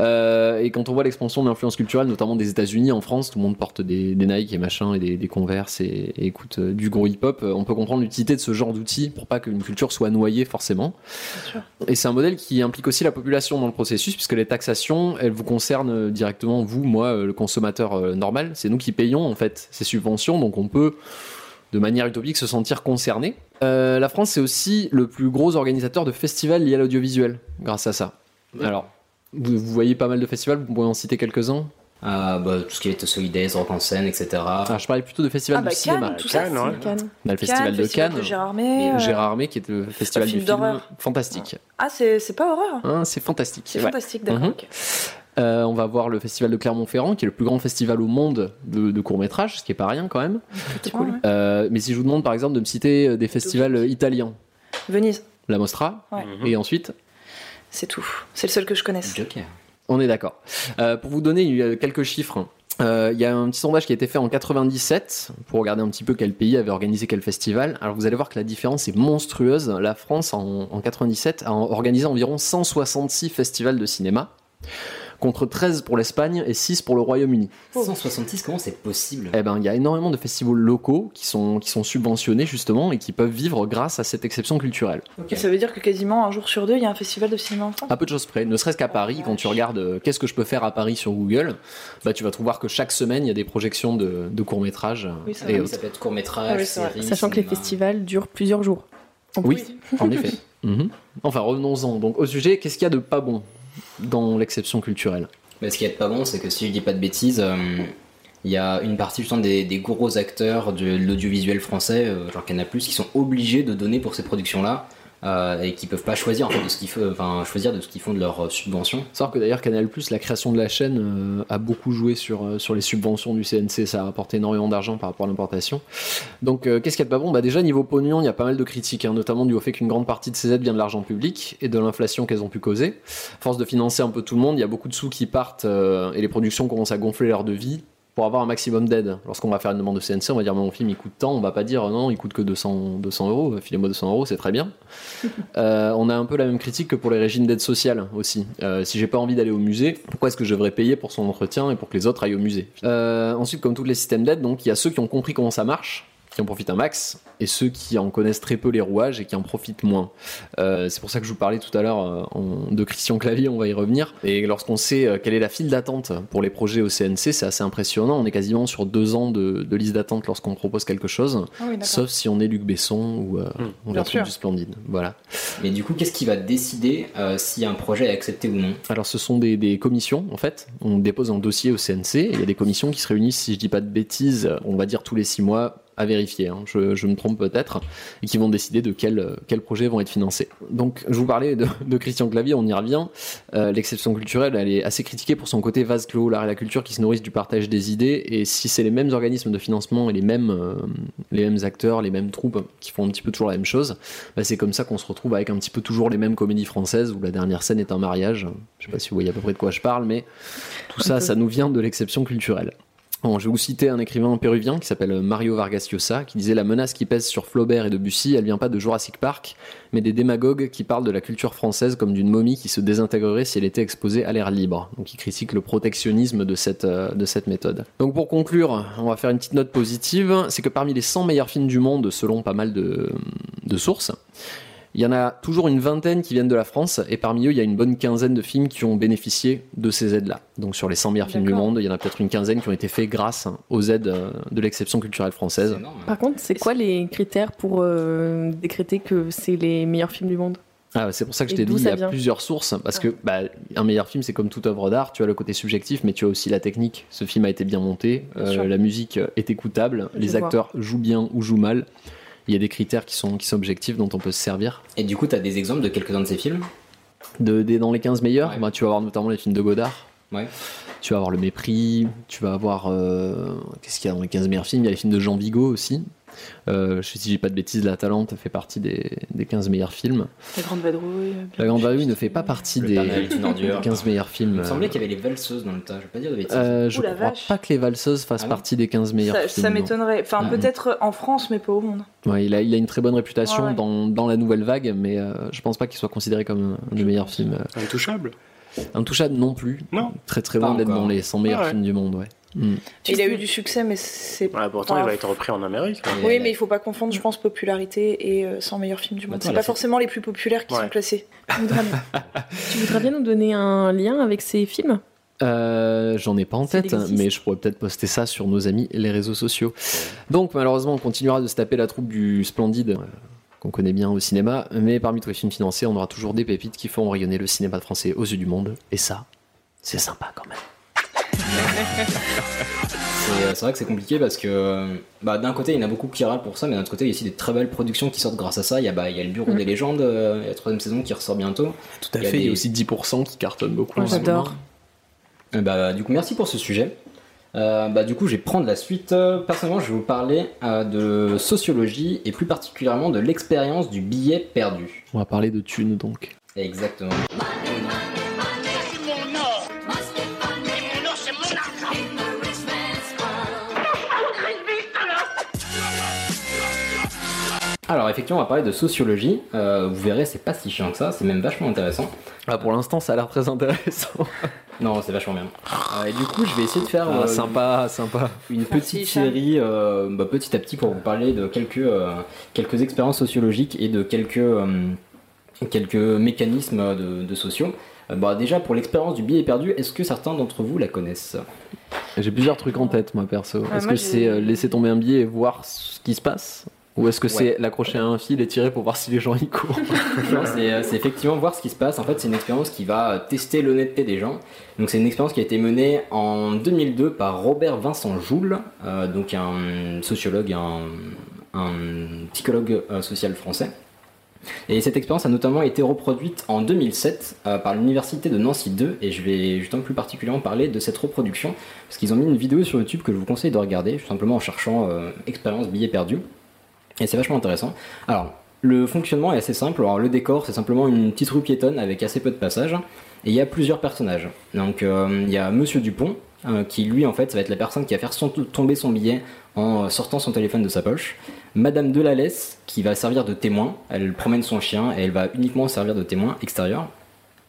Speaker 6: Euh, et quand on voit l'expansion de l'influence culturelle, notamment des États-Unis en France, tout le monde porte des, des Nike et machin et des, des Converse et, et écoute euh, du gros hip-hop. euh, On peut comprendre l'utilité de ce genre d'outils pour pas qu'une culture soit noyée forcément. Et c'est un modèle qui implique aussi la population dans le processus, puisque les taxations, elles vous concernent euh, directement, vous, moi, euh, le consommateur euh, normal. C'est nous qui payons en fait ces subventions, donc on peut de manière utopique se sentir concerné. Euh, la France, c'est aussi le plus gros organisateur de festivals liés à l'audiovisuel, grâce à ça.
Speaker 1: Ouais.
Speaker 6: Alors, vous, vous voyez pas mal de festivals, vous pouvez en citer quelques-uns
Speaker 1: euh, bah, tout ce qui était Solidaise, Rock en scène, etc.
Speaker 6: Enfin, je parlais plutôt de festival
Speaker 7: Ah bah
Speaker 6: du cinéma.
Speaker 7: Cannes, tout ça.
Speaker 8: Cannes,
Speaker 7: c'est
Speaker 8: ouais.
Speaker 9: Cannes.
Speaker 6: On a le festival
Speaker 7: Cannes,
Speaker 6: de
Speaker 7: festival
Speaker 6: Cannes.
Speaker 7: de Gérard
Speaker 6: et
Speaker 7: May. euh,
Speaker 6: Gérard Armé qui est le festival
Speaker 7: film
Speaker 6: du film
Speaker 7: d'horreur.
Speaker 6: fantastique.
Speaker 7: Ah, c'est c'est pas horreur.
Speaker 6: Hein, c'est fantastique.
Speaker 7: C'est
Speaker 6: Ouais.
Speaker 7: fantastique, d'accord.
Speaker 6: Mhm.
Speaker 7: ok.
Speaker 6: Euh, on va voir le festival de Clermont-Ferrand, qui est le plus grand festival au monde de, de court-métrage, ce qui est pas rien quand même.
Speaker 7: Effectivement, ouais.
Speaker 6: Euh, mais si je vous demande par exemple de me citer euh, des festivals euh, italiens,
Speaker 7: Venise,
Speaker 6: la Mostra,
Speaker 7: Ouais.
Speaker 8: Mhm.
Speaker 6: et ensuite,
Speaker 7: c'est tout. C'est le seul que je connaisse.
Speaker 1: Joker.
Speaker 6: on est d'accord. Euh, pour vous donner euh, quelques chiffres, euh, il y a un petit sondage qui a été fait en 97 pour regarder un petit peu quel pays avait organisé quel festival. Alors vous allez voir que la différence est monstrueuse. La France en, en 97 a en- organisé environ 166 festivals de cinéma, contre 13 pour l'Espagne et 6 pour le Royaume-Uni.
Speaker 7: Oh.
Speaker 1: 166, comment c'est possible
Speaker 6: Eh ben, il y a énormément de festivals locaux qui sont, qui sont subventionnés justement et qui peuvent vivre grâce à cette exception culturelle.
Speaker 1: Ok.
Speaker 7: Ça veut dire que quasiment un jour sur deux, il y a un festival de cinéma en France.
Speaker 6: À peu de choses près, ne serait-ce qu'à Paris, quand tu regardes euh, qu'est-ce que je peux faire à Paris sur Google, bah, tu vas trouver que chaque semaine il y a des projections de, de courts-métrages euh,
Speaker 7: Oui, ça
Speaker 6: et
Speaker 7: va.
Speaker 1: Oui,
Speaker 6: autres.
Speaker 1: Ça peut être court-métrage,
Speaker 7: Ah oui, c'est vrai.
Speaker 1: série,
Speaker 9: Sachant que les
Speaker 1: cinéma.
Speaker 9: festivals durent plusieurs jours.
Speaker 6: Oui, en effet. (laughs) Mhm. Enfin, revenons-en donc au sujet, qu'est-ce qu'il y a de pas bon dans l'exception culturelle
Speaker 1: Mais ce qui est pas bon, c'est que si je dis pas de bêtises, euh, il y a une partie justement des, des gros acteurs de l'audiovisuel français, euh, genre Canal+, qui sont obligés de donner pour ces productions-là euh, et qui peuvent pas choisir en fait, de ce qu'ils font, enfin choisir de ce qu'ils font de euh, leur subvention.
Speaker 6: Savoir que d'ailleurs Canal+, la création de la chaîne euh, a beaucoup joué sur, euh, sur les subventions du CNC, ça a apporté énormément d'argent par rapport à l'importation. Donc euh, qu'est-ce qu'il y a de pas bon bah, Déjà niveau pognon, il y a pas mal de critiques, hein, notamment du fait qu'une grande partie de ces aides vient de l'argent public et de l'inflation qu'elles ont pu causer. Force de financer un peu tout le monde, il y a beaucoup de sous qui partent euh, et les productions commencent à gonfler leur devis pour avoir un maximum d'aide. Lorsqu'on va faire une demande au CNC, on va dire mon film il coûte tant, on va pas dire non, il coûte que 200, 200 euros, filez-moi 200 euros, c'est très bien. Euh, on a un peu la même critique que pour les régimes d'aide sociale aussi. Euh, si j'ai pas envie d'aller au musée, pourquoi est-ce que je devrais payer pour son entretien et pour que les autres aillent au musée Euh, Ensuite, comme tous les systèmes d'aide, donc il y a ceux qui ont compris comment ça marche, qui en profitent un max, et ceux qui en connaissent très peu les rouages et qui en profitent moins. Euh, c'est pour ça que je vous parlais tout à l'heure euh, en- de Christian Clavier, on va y revenir. Et lorsqu'on sait euh, quelle est la file d'attente pour les projets au CNC, c'est assez impressionnant. On est quasiment sur deux ans de, de liste d'attente lorsqu'on propose quelque chose,
Speaker 7: Ah oui, d'accord.
Speaker 6: sauf si on est Luc Besson ou euh,
Speaker 8: Mm,
Speaker 6: ou
Speaker 7: bien
Speaker 6: un truc
Speaker 7: sûr.
Speaker 6: du Splendide. Voilà.
Speaker 1: Mais du coup, qu'est-ce qui va décider euh, si un projet est accepté ou non
Speaker 6: Alors, ce sont des, des commissions, en fait. On dépose un dossier au CNC et il y a des commissions qui se réunissent, si je dis pas de bêtises, on va dire tous les six mois à vérifier, hein. je, je me trompe peut-être, et qui vont décider de quels euh, quels projets vont être financés. Donc, je vous parlais de, de Christian Clavier, on y revient. Euh, L'exception culturelle, elle est assez critiquée pour son côté vase clos, l'art et la culture qui se nourrissent du partage des idées, et si c'est les mêmes organismes de financement et les mêmes, euh, les mêmes acteurs, les mêmes troupes qui font un petit peu toujours la même chose, bah, c'est comme ça qu'on se retrouve avec un petit peu toujours les mêmes comédies françaises, où la dernière scène est un mariage. Je sais pas si vous voyez à peu près de quoi je parle, mais tout ça, ça nous vient de l'exception culturelle. Bon, je vais vous citer un écrivain péruvien qui s'appelle Mario Vargas Llosa, qui disait La menace qui pèse sur Flaubert et Debussy, elle vient pas de Jurassic Park, mais des démagogues qui parlent de la culture française comme d'une momie qui se désintégrerait si elle était exposée à l'air libre. Donc il critique le protectionnisme de cette, euh, de cette méthode. Donc pour conclure, on va faire une petite note positive c'est que parmi les 100 meilleurs films du monde, selon pas mal de, de sources, il y en a toujours une vingtaine qui viennent de la France, et parmi eux, il y a une bonne quinzaine de films qui ont bénéficié de ces aides-là. Donc sur les 100 meilleurs films du
Speaker 7: D'accord.
Speaker 6: monde, il y en a peut-être une quinzaine qui ont été faits grâce aux aides euh, de l'exception culturelle française.
Speaker 1: C'est énorme. hein.
Speaker 9: Par contre, c'est quoi les critères pour euh, décréter que c'est les meilleurs films du monde
Speaker 6: Ah, c'est pour ça que je
Speaker 9: Et
Speaker 6: t'ai dit,
Speaker 9: d'où
Speaker 6: il y
Speaker 9: ça
Speaker 6: a
Speaker 9: vient Ah.
Speaker 6: plusieurs sources, parce que bah, un meilleur film, c'est comme toute œuvre d'art, tu as le côté subjectif, mais tu as aussi la technique. Ce film a été bien monté,
Speaker 7: Bien
Speaker 6: euh,
Speaker 7: sûr.
Speaker 6: la musique est écoutable,
Speaker 9: Je
Speaker 6: les
Speaker 9: vois.
Speaker 6: acteurs jouent bien ou jouent mal. Il y a des critères qui sont, qui sont objectifs dont on peut se servir.
Speaker 1: Et du coup, t'as des exemples de quelques-uns de ces films
Speaker 6: De, des- dans les 15 meilleurs,
Speaker 1: Ouais.
Speaker 6: bah, tu vas avoir notamment les films de Godard.
Speaker 1: Ouais.
Speaker 6: Tu vas avoir Le Mépris, tu vas avoir. euh, Qu'est-ce qu'il y a dans les 15 meilleurs films Il y a les films de Jean Vigo aussi. Euh, je sais si j'ai pas de bêtises, La Talente fait partie des, des 15 meilleurs films.
Speaker 7: La Grande Vadrouille. euh,
Speaker 6: La Grande Vadrouille ne fait pas partie
Speaker 1: Le
Speaker 6: des
Speaker 1: Père Noël est une ordure.
Speaker 6: 15 meilleurs films.
Speaker 1: Il me semblait
Speaker 6: euh,
Speaker 1: qu'il y avait les valseuses dans le tas, je vais pas dire de bêtises.
Speaker 6: euh, je
Speaker 7: Ouh, la
Speaker 6: crois
Speaker 7: vache.
Speaker 6: pas que les valseuses fassent
Speaker 1: Ah non
Speaker 6: partie des 15 meilleurs
Speaker 7: Ça,
Speaker 6: films.
Speaker 7: ça
Speaker 6: non.
Speaker 7: m'étonnerait. Enfin,
Speaker 6: Ah,
Speaker 7: peut-être euh, en France, mais pas au monde.
Speaker 6: Ouais, il, a, il a une très bonne réputation
Speaker 7: Ouais, ouais.
Speaker 6: Dans, dans la nouvelle vague, mais euh, je pense pas qu'il soit considéré comme un des meilleurs films. euh,
Speaker 8: Intouchable.
Speaker 6: Intouchable non plus.
Speaker 8: Non.
Speaker 6: Très très
Speaker 1: Pas
Speaker 6: loin d'être
Speaker 1: encore.
Speaker 6: dans les 100 meilleurs
Speaker 8: Ah ouais.
Speaker 6: films du monde. Ouais.
Speaker 7: Il a eu du succès, mais c'est.
Speaker 8: Ouais, pourtant, il va être repris en Amérique.
Speaker 1: Et
Speaker 7: Oui,
Speaker 1: elle-
Speaker 7: mais il faut pas confondre, je pense, popularité et euh, 100 meilleurs films du monde.
Speaker 1: Attends,
Speaker 7: C'est
Speaker 1: elle a
Speaker 7: pas
Speaker 1: fait-
Speaker 7: forcément les plus populaires qui
Speaker 8: Ouais.
Speaker 7: sont classés.
Speaker 9: tu voudras, (laughs) tu voudras bien nous donner un lien avec ces films
Speaker 6: Euh, J'en ai pas en
Speaker 9: S'il
Speaker 6: tête,
Speaker 9: existe.
Speaker 6: mais je pourrais peut-être poster ça sur nos amis les réseaux sociaux. Donc malheureusement, on continuera de se taper la troupe du Splendide euh, qu'on connaît bien au cinéma, mais parmi tous les films financés, on aura toujours des pépites qui feront rayonner le cinéma français aux yeux du monde, et ça, c'est sympa quand même.
Speaker 1: C'est euh, c'est vrai que c'est compliqué parce que euh, bah, d'un côté il y en a beaucoup qui râlent pour ça, mais d'un autre côté il y a aussi des très belles productions qui sortent grâce à ça. Il y a, bah, il y a le Bureau
Speaker 9: Mhm.
Speaker 1: des légendes, euh, il y a la troisième saison qui ressort bientôt.
Speaker 6: Tout à
Speaker 1: Il y a
Speaker 6: fait, il y
Speaker 1: des-
Speaker 6: a aussi 10% qui cartonnent beaucoup.
Speaker 9: Moi,
Speaker 6: en ce
Speaker 9: j'adore.
Speaker 6: moment.
Speaker 1: Euh, bah, du coup merci pour ce sujet. Euh, bah, du coup je vais prendre la suite. Euh, Personnellement je vais vous parler euh, de sociologie et plus particulièrement de l'expérience du billet perdu.
Speaker 6: On va parler de thunes donc.
Speaker 1: Exactement. Alors effectivement on va parler de sociologie. Euh, vous verrez c'est pas si chiant que ça, c'est même vachement intéressant.
Speaker 6: Ah, pour l'instant, ça a l'air très intéressant.
Speaker 1: Non, c'est vachement bien. Euh, et du coup, je vais essayer de faire
Speaker 6: Ah,
Speaker 1: euh,
Speaker 6: sympa, sympa.
Speaker 1: une petite
Speaker 9: Merci, Charles.
Speaker 1: série euh, bah, petit à petit pour vous parler de quelques, euh, quelques expériences sociologiques et de quelques, euh, quelques mécanismes de, de sociaux. Euh, bah, déjà, pour l'expérience du billet perdu, est-ce que certains d'entre vous la connaissent
Speaker 6: J'ai plusieurs trucs en tête, moi perso.
Speaker 7: Ah,
Speaker 6: est-ce
Speaker 7: moi,
Speaker 6: que
Speaker 7: j'ai-
Speaker 6: c'est euh, laisser tomber un billet et voir ce qui se passe Ou est-ce que c'est l'accrocher à un fil et tirer pour voir si les gens
Speaker 1: (laughs)
Speaker 6: y courent
Speaker 1: Non, c'est euh, c'est effectivement voir ce qui se passe. En fait, c'est une expérience qui va euh, tester l'honnêteté des gens. Donc, c'est une expérience qui a été menée en 2002 par Robert Vincent Joule, euh, donc un sociologue, un, un psychologue euh, social français. Et cette expérience a notamment été reproduite en 2007 euh, par l'université de Nancy 2, et je vais justement plus particulièrement parler de cette reproduction, parce qu'ils ont mis une vidéo sur YouTube que je vous conseille de regarder, tout simplement en cherchant euh, expérience billet perdu. Et c'est vachement intéressant. Alors, le fonctionnement est assez simple. Alors, le décor, c'est simplement une petite rue piétonne avec assez peu de passages. Et il y a plusieurs personnages. Donc, euh, il y a Monsieur Dupont, euh, qui lui, en fait, ça va être la personne qui va faire son- tomber son billet en euh, sortant son téléphone de sa poche. Madame Delalès, qui va servir de témoin. Elle promène son chien et elle va uniquement servir de témoin extérieur.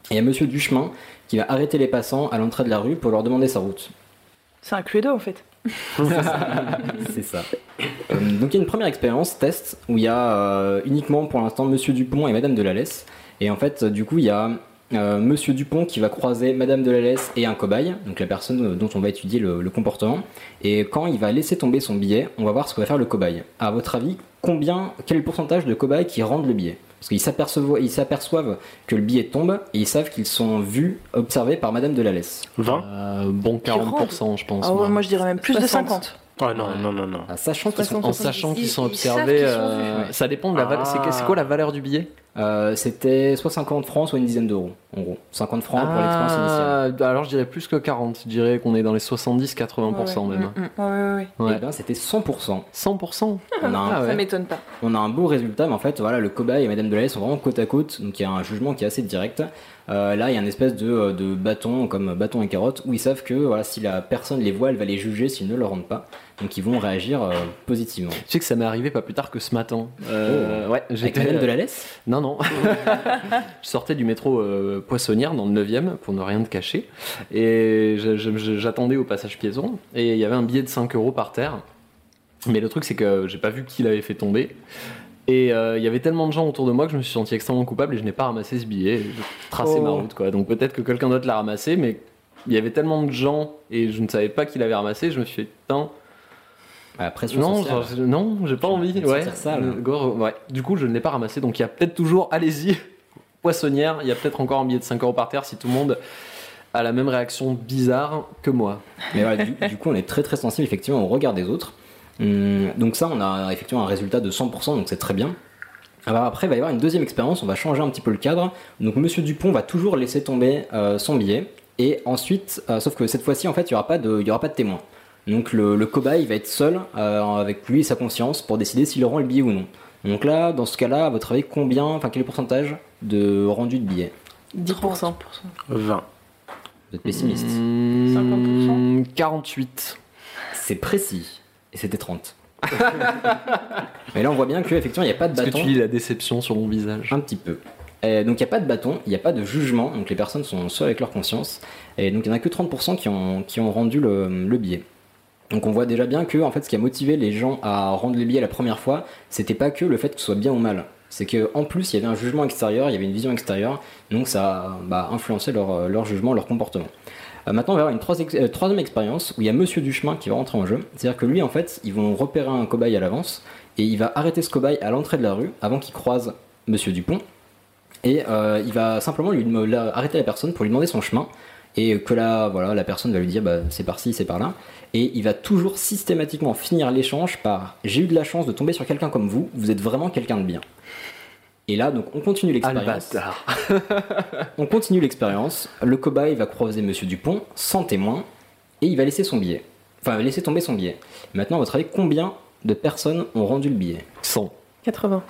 Speaker 1: Et il y a Monsieur Duchemin, qui va arrêter les passants à l'entrée de la rue pour leur demander sa route.
Speaker 7: C'est un cluedo en fait.
Speaker 1: C'est ça. Euh, Donc il y a une première expérience test où il y a euh, uniquement pour l'instant Monsieur Dupont et Madame Delalès. Et en fait, euh, du coup, il y a euh, Monsieur Dupont qui va croiser Madame Delalès et un cobaye, donc la personne euh, dont on va étudier le, le comportement. Et quand il va laisser tomber son billet, on va voir ce que va faire le cobaye. À votre avis, combien, quel pourcentage de cobayes qui rendent le billet Parce qu'ils s'aperçoivent, ils s'aperçoivent que le billet tombe et ils savent qu'ils sont vus, observés par Madame Delalès.
Speaker 8: 20
Speaker 6: Euh, Bon 40%, je pense.
Speaker 7: Ah ouais,
Speaker 6: moi.
Speaker 7: moi je dirais même plus de
Speaker 9: 60.
Speaker 7: 50.
Speaker 8: Ah non, non, non, non.
Speaker 1: Ah, sachant qu'ils sont
Speaker 9: 60.
Speaker 6: En sachant qu'ils sont
Speaker 7: Ils- ils savent
Speaker 6: observés,
Speaker 7: qu'ils sont
Speaker 6: euh,
Speaker 7: vus.
Speaker 6: ça dépend de la valeur.
Speaker 8: Ah.
Speaker 6: C'est c'est quoi la valeur du billet
Speaker 1: Euh, c'était soit 50 francs, soit une dizaine d'euros, en gros. 50 francs Oh, pour l'expérience initiale.
Speaker 6: Ah, Alors je dirais plus que 40. Je dirais qu'on est dans les 70-80% même.
Speaker 7: Mm, mm. Ouais, ouais, ouais.
Speaker 6: Ouais.
Speaker 1: Eh ben, c'était 100%.
Speaker 6: 100%
Speaker 1: On a, un,
Speaker 6: Ah ouais.
Speaker 7: Ça m'étonne pas.
Speaker 1: on a un beau résultat, mais en fait, voilà, le cobaye et Madame Delahaye sont vraiment côte à côte, donc il y a un jugement qui est assez direct. Euh, là, il y a une espèce de, de bâton, comme bâton et carotte, où ils savent que voilà, si la personne les voit, elle va les juger s'ils ne le rendent pas. Donc ils vont réagir euh, positivement.
Speaker 6: Tu sais que ça m'est arrivé pas plus tard que ce matin. Euh, Ouais,
Speaker 1: Oh. Avec
Speaker 6: j'étais.
Speaker 1: Madame
Speaker 6: euh,
Speaker 1: Delahaye
Speaker 6: Non, non. (laughs) je sortais du métro euh, Poissonnière dans le 9ème pour ne rien te cacher. Et je- je- je- j'attendais au passage piéton. Et il y avait un billet de 5 euros par terre. Mais le truc, c'est que j'ai pas vu qui l'avait fait tomber. Et euh, il y avait tellement de gens autour de moi que je me suis senti extrêmement coupable et je n'ai pas ramassé ce billet. Je traçais
Speaker 1: Oh.
Speaker 6: ma route, quoi. Donc peut-être que quelqu'un d'autre l'a ramassé, mais il y avait tellement de gens et je ne savais pas qui l'avait ramassé. Je me suis fait, putain,
Speaker 1: Ah, pression
Speaker 6: non,
Speaker 1: sociale.
Speaker 6: genre, je- non, j'ai pas
Speaker 1: J'ai
Speaker 6: envie.
Speaker 1: envie de
Speaker 6: Ouais.
Speaker 1: sortir ça, là.
Speaker 6: Le gore, ouais. Du coup, je ne l'ai pas ramassé. Donc, il y a peut-être toujours, allez-y, (laughs) poissonnière. Il y a peut-être encore un billet de 5 euros par terre si tout le monde a la même réaction bizarre que moi.
Speaker 1: Mais voilà, du, du coup, on est très très sensible effectivement au regard des autres. Hum, donc ça, on a effectivement un résultat de 100%, donc c'est très bien. Alors après, il va y avoir une deuxième expérience, on va changer un petit peu le cadre. Donc Monsieur Dupont va toujours laisser tomber euh, son billet, et ensuite, euh, sauf que cette fois-ci, en fait, il n'y aura, pas de- il y aura pas de témoin. Donc le, le cobaye va être seul euh, avec lui et sa conscience pour décider s'il rend le billet ou non. Donc là, dans ce cas-là, à votre avis, combien, enfin quel est le pourcentage de rendu de billet
Speaker 9: 10%.
Speaker 8: 20.
Speaker 1: Vous êtes pessimiste
Speaker 6: Mmh,
Speaker 7: 50%.
Speaker 6: 48.
Speaker 1: C'est précis. Et c'était 30. (laughs) Mais là, on voit bien qu'effectivement, il n'y a pas de
Speaker 6: Est-ce que
Speaker 1: bâton.
Speaker 6: tu lis la déception sur mon visage
Speaker 1: Un petit peu. Euh, donc, il n'y a pas de bâton, il n'y a pas de jugement. Donc, les personnes sont seules avec leur conscience. Et donc, il n'y en a que 30% qui ont, qui ont rendu le, le billet. Donc, on voit déjà bien que, en fait, ce qui a motivé les gens à rendre les billets la première fois, c'était pas que le fait que ce soit bien ou mal. C'est que en plus, il y avait un jugement extérieur, il y avait une vision extérieure. Donc, ça a bah, influencé leur, leur jugement, leur comportement. Euh, maintenant, on va avoir une trois ex- euh, troisième expérience où il y a Monsieur Duchemin qui va rentrer en jeu. C'est-à-dire que lui, en fait, ils vont repérer un cobaye à l'avance et il va arrêter ce cobaye à l'entrée de la rue avant qu'il croise Monsieur Dupont. Et euh, il va simplement lui dem- la- arrêter la personne pour lui demander son chemin. et que là, voilà, la personne va lui dire bah, c'est par-ci, c'est par-là. Et il va toujours systématiquement finir l'échange par j'ai eu de la chance de tomber sur quelqu'un comme vous, vous êtes vraiment quelqu'un de bien. Et là, donc, on continue
Speaker 6: Ah,
Speaker 1: l'expérience. on continue l'expérience. Le cobaye va croiser Monsieur Dupont sans témoin et il va laisser son billet. Enfin, laisser tomber son billet. Maintenant, à votre avis, combien de personnes ont rendu le billet
Speaker 6: 100.
Speaker 9: 80.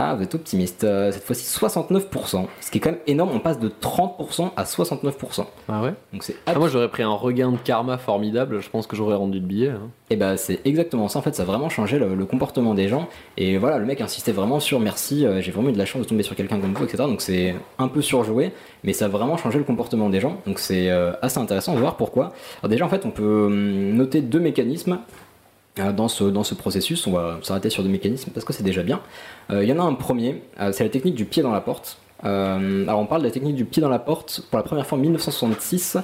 Speaker 1: Ah, vous êtes optimiste. Euh, cette fois-ci, 69%. Ce qui est quand même énorme. On passe de 30% à 69%.
Speaker 6: Ah ouais
Speaker 1: Donc, c'est
Speaker 6: Ah, moi j'aurais pris un regain de karma formidable, je pense que j'aurais rendu le billet. hein.
Speaker 1: Et bah c'est exactement ça, en fait ça a vraiment changé le, le comportement des gens. Et voilà, le mec insistait vraiment sur merci, euh, j'ai vraiment eu de la chance de tomber sur quelqu'un comme vous, etc. Donc c'est un peu surjoué, mais ça a vraiment changé le comportement des gens. Donc c'est euh, assez intéressant de voir pourquoi. Alors déjà en fait on peut hum, noter deux mécanismes. euh, Dans ce, dans ce processus, on va s'arrêter sur deux mécanismes parce que c'est déjà bien. Euh, Il y en a un premier, euh, c'est la technique du pied dans la porte. Euh, alors on parle de la technique du pied dans la porte pour la première fois en 1966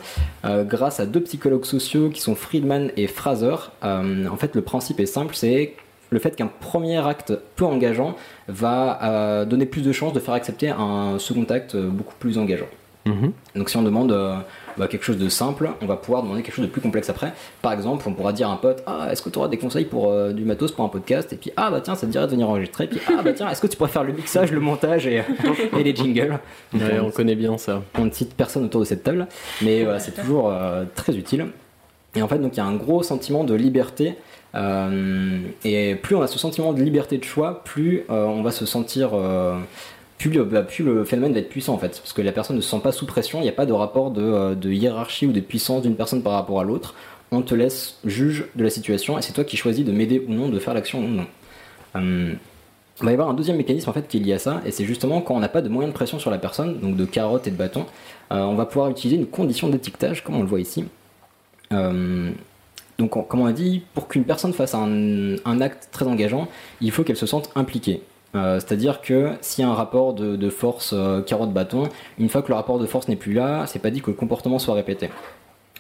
Speaker 1: euh, grâce à deux psychologues sociaux qui sont Friedman et Fraser. Euh, en fait, le principe est simple, c'est le fait qu'un premier acte peu engageant va euh, donner plus de chances de faire accepter un second acte euh, beaucoup plus engageant.
Speaker 6: Mhm.
Speaker 1: Donc si on demande euh, bah, quelque chose de simple, on va pouvoir demander quelque chose de plus complexe après. Par exemple, on pourra dire à un pote Ah, est-ce que tu auras des conseils pour euh, du matos pour un podcast Et puis Ah, bah tiens, ça te dirait de venir enregistrer. Et puis Ah, bah tiens, est-ce que tu pourrais faire le mixage, le montage et, (laughs) et les jingles Donc, euh,
Speaker 6: Ouais,
Speaker 1: on-
Speaker 6: on connaît bien ça.
Speaker 1: on ne cite personne autour de cette table, mais voilà, c'est toujours euh, très utile. Et en fait, donc il y a un gros sentiment de liberté. euh, et plus on a ce sentiment de liberté de choix, plus euh, on va se sentir. euh, plus, le- bah, plus le phénomène va être puissant en fait, parce que la personne ne se sent pas sous pression, il n'y a pas de rapport de, euh, de hiérarchie ou de puissance d'une personne par rapport à l'autre. On te laisse juge de la situation et c'est toi qui choisis de m'aider ou non, de faire l'action ou non. Euh, il va y avoir un deuxième mécanisme en fait qui est lié à ça, et c'est justement quand on n'a pas de moyens de pression sur la personne, donc de carottes et de bâtons, euh, on va pouvoir utiliser une condition d'étiquetage, comme on le voit ici. Euh, donc, on- comme on a dit, pour qu'une personne fasse un, un acte très engageant, il faut qu'elle se sente impliquée. Euh, C'est-à-dire que s'il y a un rapport de, de force euh, carotte-bâton, une fois que le rapport de force n'est plus là, c'est pas dit que le comportement soit répété.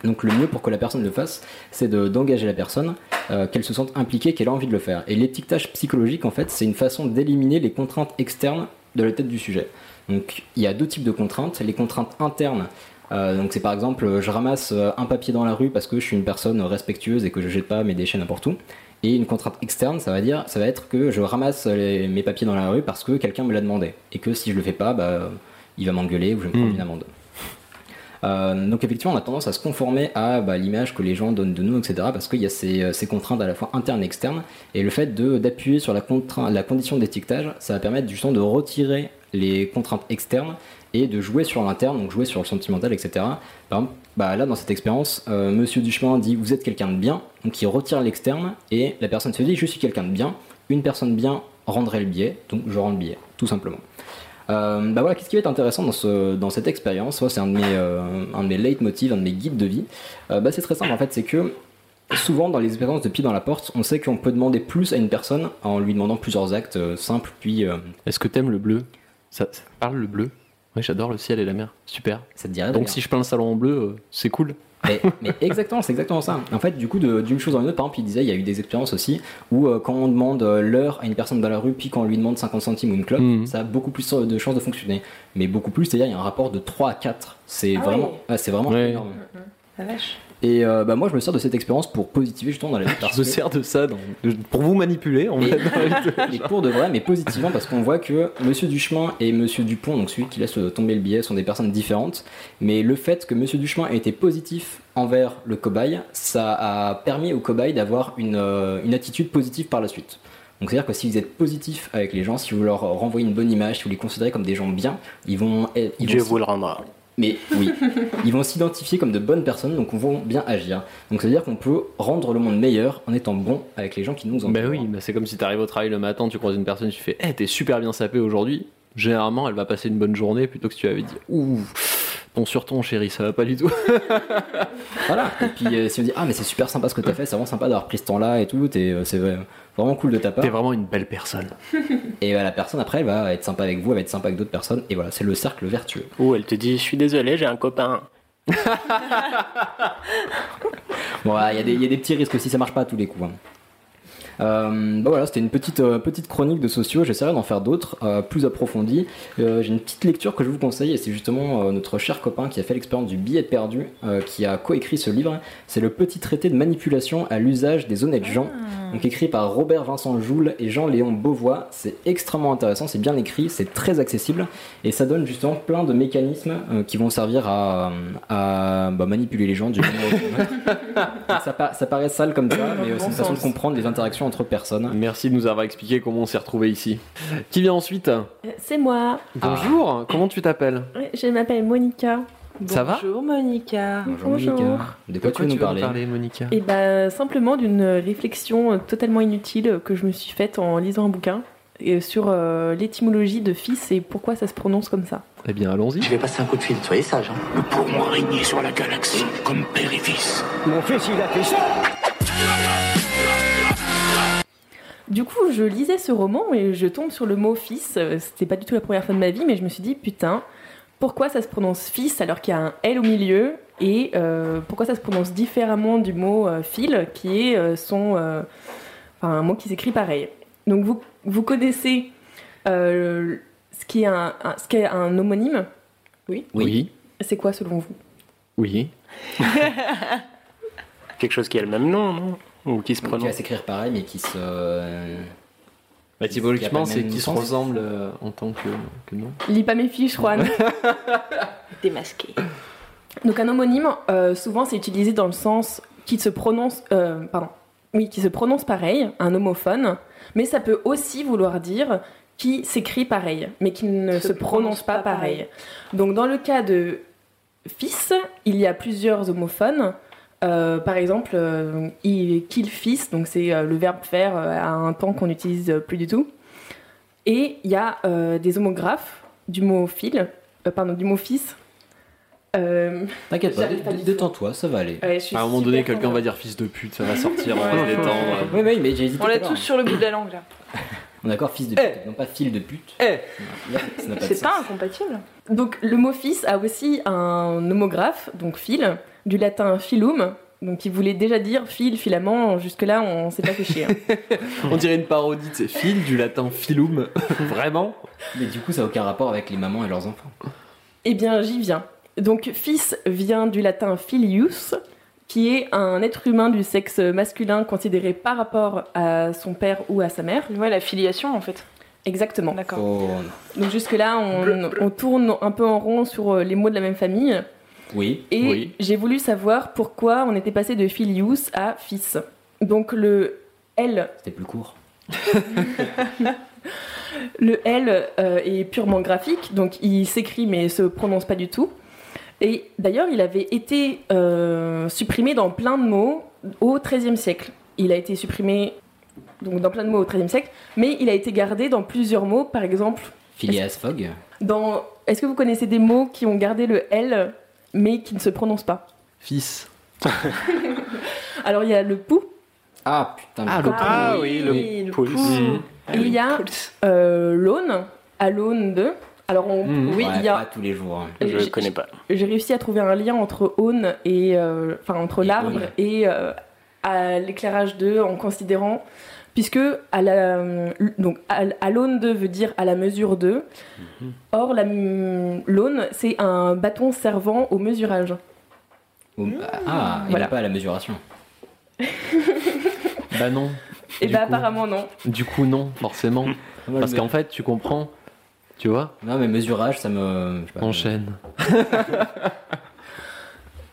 Speaker 1: Donc le mieux pour que la personne le fasse, c'est de- d'engager la personne, euh, qu'elle se sente impliquée, qu'elle a envie de le faire. Et l'étiquetage psychologique, en fait, c'est une façon d'éliminer les contraintes externes de la tête du sujet. Donc il y a deux types de contraintes. Les contraintes internes, euh, donc c'est par exemple, euh, je ramasse euh, un papier dans la rue parce que je suis une personne respectueuse et que je jette pas mes déchets n'importe où. Et une contrainte externe, ça va dire, ça va être que je ramasse euh, les- mes papiers dans la rue parce que quelqu'un me l'a demandé et que si je le fais pas, bah, il va m'engueuler ou je vais me prendre
Speaker 6: Mm.
Speaker 1: une amende. Euh, donc effectivement, on a tendance à se conformer à bah, l'image que les gens donnent de nous, etc. Parce qu'il y a ces, euh, ces contraintes à la fois internes et externes. Et le fait de- d'appuyer sur la, contrainte- la condition d'étiquetage, ça va permettre justement de retirer les contraintes externes et de jouer sur l'interne, donc jouer sur le sentimental, etc. Par exemple, bah, là, dans cette expérience, euh, Monsieur Duchemin dit Vous êtes quelqu'un de bien, donc il retire l'externe, et la personne se dit Je suis quelqu'un de bien, une personne bien rendrait le billet, donc je rends le billet, tout simplement. Euh, bah voilà, qu'est-ce qui va être intéressant dans, ce- dans cette expérience Moi, c'est un de mes, euh, un de mes leitmotivs, un de mes guides de vie. Euh, bah, c'est très simple en fait, c'est que souvent dans les expériences de pied dans la porte, on sait qu'on peut demander plus à une personne en lui demandant plusieurs actes euh, simples, puis euh,
Speaker 6: Est-ce que t'aimes le bleu ça, ça te parle le bleu Oui, j'adore le ciel et la mer. Super.
Speaker 1: ça te dirait.
Speaker 6: Donc
Speaker 1: d'ailleurs.
Speaker 6: si je peins le salon en bleu, euh, c'est cool.
Speaker 1: Mais, mais exactement, c'est exactement ça. En fait, du coup, de- d'une chose en une autre, par exemple, il disait, il y a eu des expériences aussi où euh, quand on demande euh, l'heure à une personne dans la rue, puis quand on lui demande 50 centimes ou une clope,
Speaker 6: Mhm.
Speaker 1: ça a beaucoup plus de chances de fonctionner. Mais beaucoup plus, c'est-à-dire, il y a un rapport de 3 à 4. C'est
Speaker 7: Ah
Speaker 1: vraiment,
Speaker 7: oui.
Speaker 1: ah, c'est vraiment
Speaker 6: Ouais.
Speaker 1: énorme.
Speaker 7: La Ah, vache.
Speaker 1: Et euh, bah, moi, je me sers de cette expérience pour positiver justement dans
Speaker 6: (laughs)
Speaker 1: la vie. parce
Speaker 6: Je me
Speaker 1: que-
Speaker 6: sers de ça dans- pour vous manipuler. En
Speaker 1: Et-
Speaker 6: fait.
Speaker 1: (laughs) Et pour de vrai, mais positivement, parce qu'on voit que Monsieur Duchemin et Monsieur Dupont, donc celui qui laisse euh, tomber le billet, sont des personnes différentes. Mais le fait que Monsieur Duchemin ait été positif envers le cobaye, ça a permis au cobaye d'avoir une, euh, une attitude positive par la suite. Donc c'est-à-dire que si vous êtes positif avec les gens, si vous leur renvoyez une bonne image, si vous les considérez comme des gens bien, ils vont... Ils vont
Speaker 8: Dieu
Speaker 1: s-
Speaker 8: vous le rendra.
Speaker 1: mais oui, ils vont s'identifier comme de bonnes personnes, donc vont bien agir. Donc c'est-à-dire qu'on peut rendre le monde meilleur en étant bon avec les gens qui nous entourent.
Speaker 6: Ben oui, mais c'est comme si t'arrives au travail le matin, tu croises une personne, tu fais Eh, t'es super bien sapé aujourd'hui. Généralement, elle va passer une bonne journée plutôt que si tu avais dit Ouh, ton surton, chérie, ça va pas du tout.
Speaker 1: Voilà. Et puis euh, si on dit ah mais c'est super sympa ce que t'as fait, c'est vraiment sympa d'avoir pris ce temps-là et tout, t'es, euh, c'est vrai- vraiment cool de ta part.
Speaker 6: T'es vraiment une belle personne.
Speaker 1: Et bah, la personne après elle va être sympa avec vous, elle va être sympa avec d'autres personnes et voilà c'est le cercle vertueux.
Speaker 8: Ou elle te dit Je suis désolé, j'ai un copain.
Speaker 1: bah, Bon voilà, il y, a des- il y a des petits risques aussi, ça marche pas à tous les coups. hein. Euh, bah voilà, c'était une petite, euh, petite chronique de sociaux. J'essaierai d'en faire d'autres, euh, plus approfondies. Euh, J'ai une petite lecture que je vous conseille, et c'est justement euh, notre cher copain qui a fait l'expérience du billet perdu, euh, qui a coécrit ce livre. C'est le petit traité de manipulation à l'usage des honnêtes gens. Donc écrit par Robert Vincent Joule et Jean-Léon Beauvois, c'est extrêmement intéressant, c'est bien écrit, c'est très accessible et ça donne justement plein de mécanismes euh, qui vont servir à, à, bah, manipuler les gens. du ça, pa- ça paraît sale comme ça, mais euh, c'est une façon de comprendre les interactions entre personnes.
Speaker 6: Ah. Merci de nous avoir expliqué comment on s'est retrouvé ici. Qui vient ensuite
Speaker 9: Euh, C'est moi.
Speaker 6: Bonjour, comment tu t'appelles
Speaker 9: Ouais, Je m'appelle Monica.
Speaker 6: Ça va
Speaker 7: Bonjour Monica.
Speaker 9: Bonjour.
Speaker 1: Monica. de quoi, tu veux nous parler,
Speaker 6: Monica
Speaker 9: Et ben simplement d'une réflexion euh, totalement inutile euh, que je me suis faite en lisant un bouquin et sur euh, l'étymologie de fils et pourquoi ça se prononce comme ça.
Speaker 6: Eh bien, allons-y.
Speaker 3: vais passer un coup de fil, soyez sage.
Speaker 2: Nous pourrons régner sur la galaxie comme père et fils.
Speaker 9: Du coup, je lisais ce roman et je tombe sur le mot fils. Euh, C'était pas du tout la première fois de ma vie, mais je me suis dit putain, pourquoi ça se prononce fils alors qu'il y a un L au milieu et euh, pourquoi ça se prononce différemment du mot euh, fil qui est euh, son. euh, enfin, un mot qui s'écrit pareil. Donc vous, vous connaissez euh, ce qui est un, un- ce qu'est un homonyme
Speaker 6: Oui.
Speaker 9: C'est quoi selon vous
Speaker 6: Oui.
Speaker 8: Quelque chose qui a le même nom, non Ou qui se
Speaker 1: Qui va
Speaker 8: prononce
Speaker 1: s'écrire pareil, mais qui se. euh, Qui
Speaker 6: Bah,
Speaker 1: a pas
Speaker 6: typologiquement,
Speaker 1: le
Speaker 6: c'est
Speaker 1: même
Speaker 6: qui se
Speaker 1: sens.
Speaker 6: ressemblent euh, en tant que, que nom.
Speaker 9: Lis pas mes fiches, Juan.
Speaker 7: Démasqué.
Speaker 9: Donc un homonyme, euh, souvent c'est utilisé dans le sens qui se prononce, euh, pardon, oui, qui se prononce pareil, un homophone, mais ça peut aussi vouloir dire qui s'écrit pareil, mais qui ne se, prononce pas pareil. Donc dans le cas de fils, il y a plusieurs homophones. Euh, par exemple, euh, il kill fils, donc c'est euh, le verbe faire euh, à un temps qu'on n'utilise euh, plus du tout. Et il y a euh, des homographes du mot fil, euh, pardon, du mot fils. Euh,
Speaker 1: T'inquiète pas,
Speaker 9: J'arrive pas Euh, du tout.
Speaker 1: détends-toi, ça va aller.
Speaker 9: Ouais, je suis
Speaker 6: À un moment donné,
Speaker 9: super
Speaker 6: quelqu'un va
Speaker 9: contente.
Speaker 6: dire fils de pute, ça va sortir, on
Speaker 7: Ouais.
Speaker 6: va se détendre.
Speaker 1: Oui, oui, mais j'ai hésité.
Speaker 7: On l'a
Speaker 1: tout à l'heure. hein.
Speaker 7: tous sur le bout de la langue là.
Speaker 1: On est d'accord, fils de pute, non pas fil de pute.
Speaker 6: Eh.
Speaker 1: Là, ça n'a pas de
Speaker 7: C'est
Speaker 1: sens.
Speaker 7: pas incompatible.
Speaker 9: Donc le mot fils a aussi un homographe, donc fil, du latin filum, donc qui voulait déjà dire fil, filament, jusque-là on s'est pas fait
Speaker 6: (laughs)
Speaker 9: chier. hein.
Speaker 6: On dirait une parodie, c'est fil du latin filum. (laughs) Vraiment
Speaker 1: Mais du coup, ça n'a aucun rapport avec les mamans et leurs enfants.
Speaker 9: Eh bien j'y viens. Donc fils vient du latin filius, qui est un être humain du sexe masculin considéré par rapport à son père ou à sa mère.
Speaker 7: Ouais, la filiation en fait.
Speaker 9: Exactement.
Speaker 7: D'accord.
Speaker 1: Oh,
Speaker 9: Donc jusque-là on, on tourne un peu en rond sur euh, les mots de la même famille.
Speaker 1: oui.
Speaker 9: Et
Speaker 6: Oui.
Speaker 9: j'ai voulu savoir pourquoi on était passé de filius à fils. Donc le L,
Speaker 1: C'était plus court.
Speaker 9: le L euh, est purement graphique, donc il s'écrit mais se prononce pas du tout. Et d'ailleurs, il avait été euh, supprimé dans plein de mots au XIIIe siècle. Il a été supprimé donc dans plein de mots au XIIIe siècle, mais il a été gardé dans plusieurs mots. Par exemple,
Speaker 1: Phileas Fogg.
Speaker 9: dans est-ce que vous connaissez des mots qui ont gardé le L mais qui ne se prononcent pas
Speaker 6: Fils.
Speaker 9: Alors il y a le pou,
Speaker 1: Ah putain, mais-
Speaker 6: Ah, le
Speaker 8: Ah
Speaker 6: pou-
Speaker 8: oui, le pouls. Mhm.
Speaker 9: il y a euh, l'aune, à l'aune de. Alors on,
Speaker 6: Mhm.
Speaker 9: oui,
Speaker 1: ouais,
Speaker 9: il y a.
Speaker 1: pas tous les jours. hein.
Speaker 8: Je ne
Speaker 9: j'ai-
Speaker 8: connais pas.
Speaker 9: J'ai réussi à trouver un lien entre aune et euh, enfin entre
Speaker 1: Et
Speaker 9: l'arbre
Speaker 1: aune.
Speaker 9: et euh, à l'éclairage de en considérant puisque à la euh, donc à, à l'aune de veut dire à la mesure de. Or la l'aune c'est un bâton servant au mesurage.
Speaker 1: Ou- Ah, il
Speaker 9: Voilà.
Speaker 1: n'est pas à la mesuration.
Speaker 6: Bah non.
Speaker 9: Et
Speaker 6: Du
Speaker 9: bah
Speaker 6: coup-
Speaker 9: apparemment non.
Speaker 6: Du coup, non, forcément. Parce qu'en fait, tu comprends. Tu vois
Speaker 1: Non, mais mesurage, ça me. je
Speaker 6: Bah,
Speaker 1: sais pas.
Speaker 6: Enchaîne.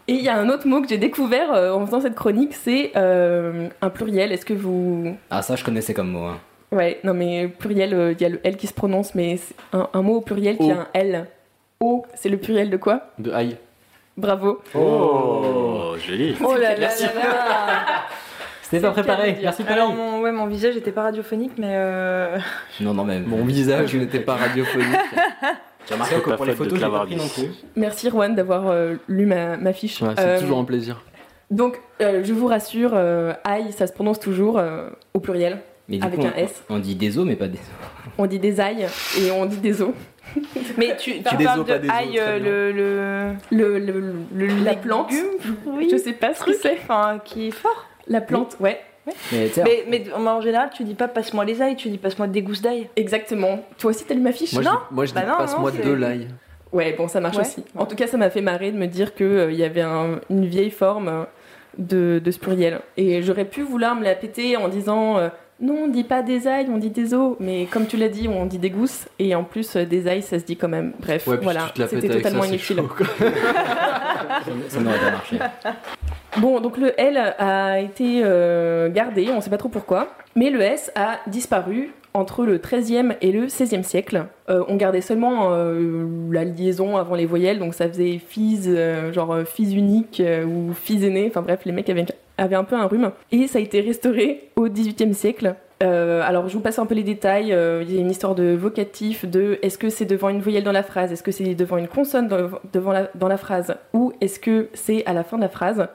Speaker 9: Et il y a un autre mot que j'ai découvert euh, en faisant cette chronique, c'est euh, un pluriel. Est-ce que vous
Speaker 1: Ah, ça, je connaissais comme mot. hein.
Speaker 9: Ouais, non mais pluriel, euh, il y a le L qui se prononce, mais c'est un, un mot au pluriel qui a un L. O, c'est le pluriel de quoi
Speaker 6: De aïe.
Speaker 9: Bravo.
Speaker 8: Oh, joli.
Speaker 7: Oh là là
Speaker 1: Merci.
Speaker 7: là là.
Speaker 1: C'était pas
Speaker 7: le cas de
Speaker 1: préparé,
Speaker 7: dire.
Speaker 1: merci
Speaker 7: Alors
Speaker 1: Paris.
Speaker 7: mon, ouais, mon visage était pas radiophonique mais euh,
Speaker 1: Non, non, mais.
Speaker 6: Mon (laughs) visage n'était pas radiophonique.
Speaker 1: J'ai remarqué
Speaker 8: C'est
Speaker 1: que
Speaker 8: pas
Speaker 1: pour les
Speaker 8: faute
Speaker 1: photos,
Speaker 8: de te
Speaker 1: j'ai pas
Speaker 8: l'avoir
Speaker 1: pris
Speaker 8: dit.
Speaker 1: non plus.
Speaker 9: (laughs) Merci Juan d'avoir euh, lu ma, ma fiche.
Speaker 6: Ouais, c'est
Speaker 9: Euh,
Speaker 6: toujours un plaisir.
Speaker 9: Donc, euh, je vous rassure, euh, aïe, ça se prononce toujours euh, au pluriel.
Speaker 1: Mais du
Speaker 9: Avec
Speaker 1: coup,
Speaker 9: un
Speaker 1: on-
Speaker 9: S.
Speaker 1: On dit des os, mais pas des os.
Speaker 9: On dit des aïe et on dit des os.
Speaker 7: (laughs) mais tu, tu
Speaker 6: Des
Speaker 7: parles
Speaker 6: os, pas des
Speaker 7: de
Speaker 6: os,
Speaker 7: aïe
Speaker 6: très
Speaker 7: euh,
Speaker 6: bien.
Speaker 7: le, le
Speaker 9: Le, le- le- la plante,
Speaker 7: légume, oui.
Speaker 9: je sais pas ce que
Speaker 7: truc
Speaker 9: c'est.
Speaker 7: enfin, qui est fort.
Speaker 9: La plante, ouais.
Speaker 1: Mais, tu sais,
Speaker 7: Mais, mais en général, tu dis pas passe-moi les ailes, tu dis passe-moi des gousses d'ail.
Speaker 9: Exactement. Toi aussi, t'as lu ma fiche
Speaker 6: Moi, je
Speaker 7: Non,
Speaker 6: dis- moi, je
Speaker 7: bah
Speaker 6: dis
Speaker 7: non,
Speaker 6: passe-moi
Speaker 7: non, c'est-
Speaker 6: de l'ail.
Speaker 9: Ouais, bon, ça marche
Speaker 7: Ouais.
Speaker 9: aussi. En tout cas, ça m'a fait marrer de me dire qu'il y avait un- une vieille forme euh, de, de ce pluriel. Et j'aurais pu vouloir me la péter en disant euh, non, on dit pas des ailes, on dit des os. Mais comme tu l'as dit, on dit des gousses. Et en plus, euh, des ailes, ça se dit quand même. Bref,
Speaker 6: Ouais, puis
Speaker 9: voilà,
Speaker 6: tu te la pètes
Speaker 9: c'était
Speaker 6: avec
Speaker 9: totalement
Speaker 6: ça, c'est
Speaker 9: inutile.
Speaker 6: chaud, quoi.
Speaker 1: ça n'aurait pas (laughs) marché.
Speaker 9: Bon, donc le L a été euh, gardé, on sait pas trop pourquoi, mais le S a disparu entre le 13e et le 16e siècle. Euh, on gardait seulement euh, la liaison avant les voyelles, donc ça faisait fils, euh, genre euh, fils unique euh, ou fils aîné, enfin bref, les mecs avaient, avaient un peu un rhume. Et ça a été restauré au 18e siècle. Euh, alors je vous passe un peu les détails, Euh, il y a une histoire de vocatif, de est-ce que c'est devant une voyelle dans la phrase, est-ce que c'est devant une consonne dans, devant la- dans la phrase, ou est-ce que c'est à la fin de la phrase.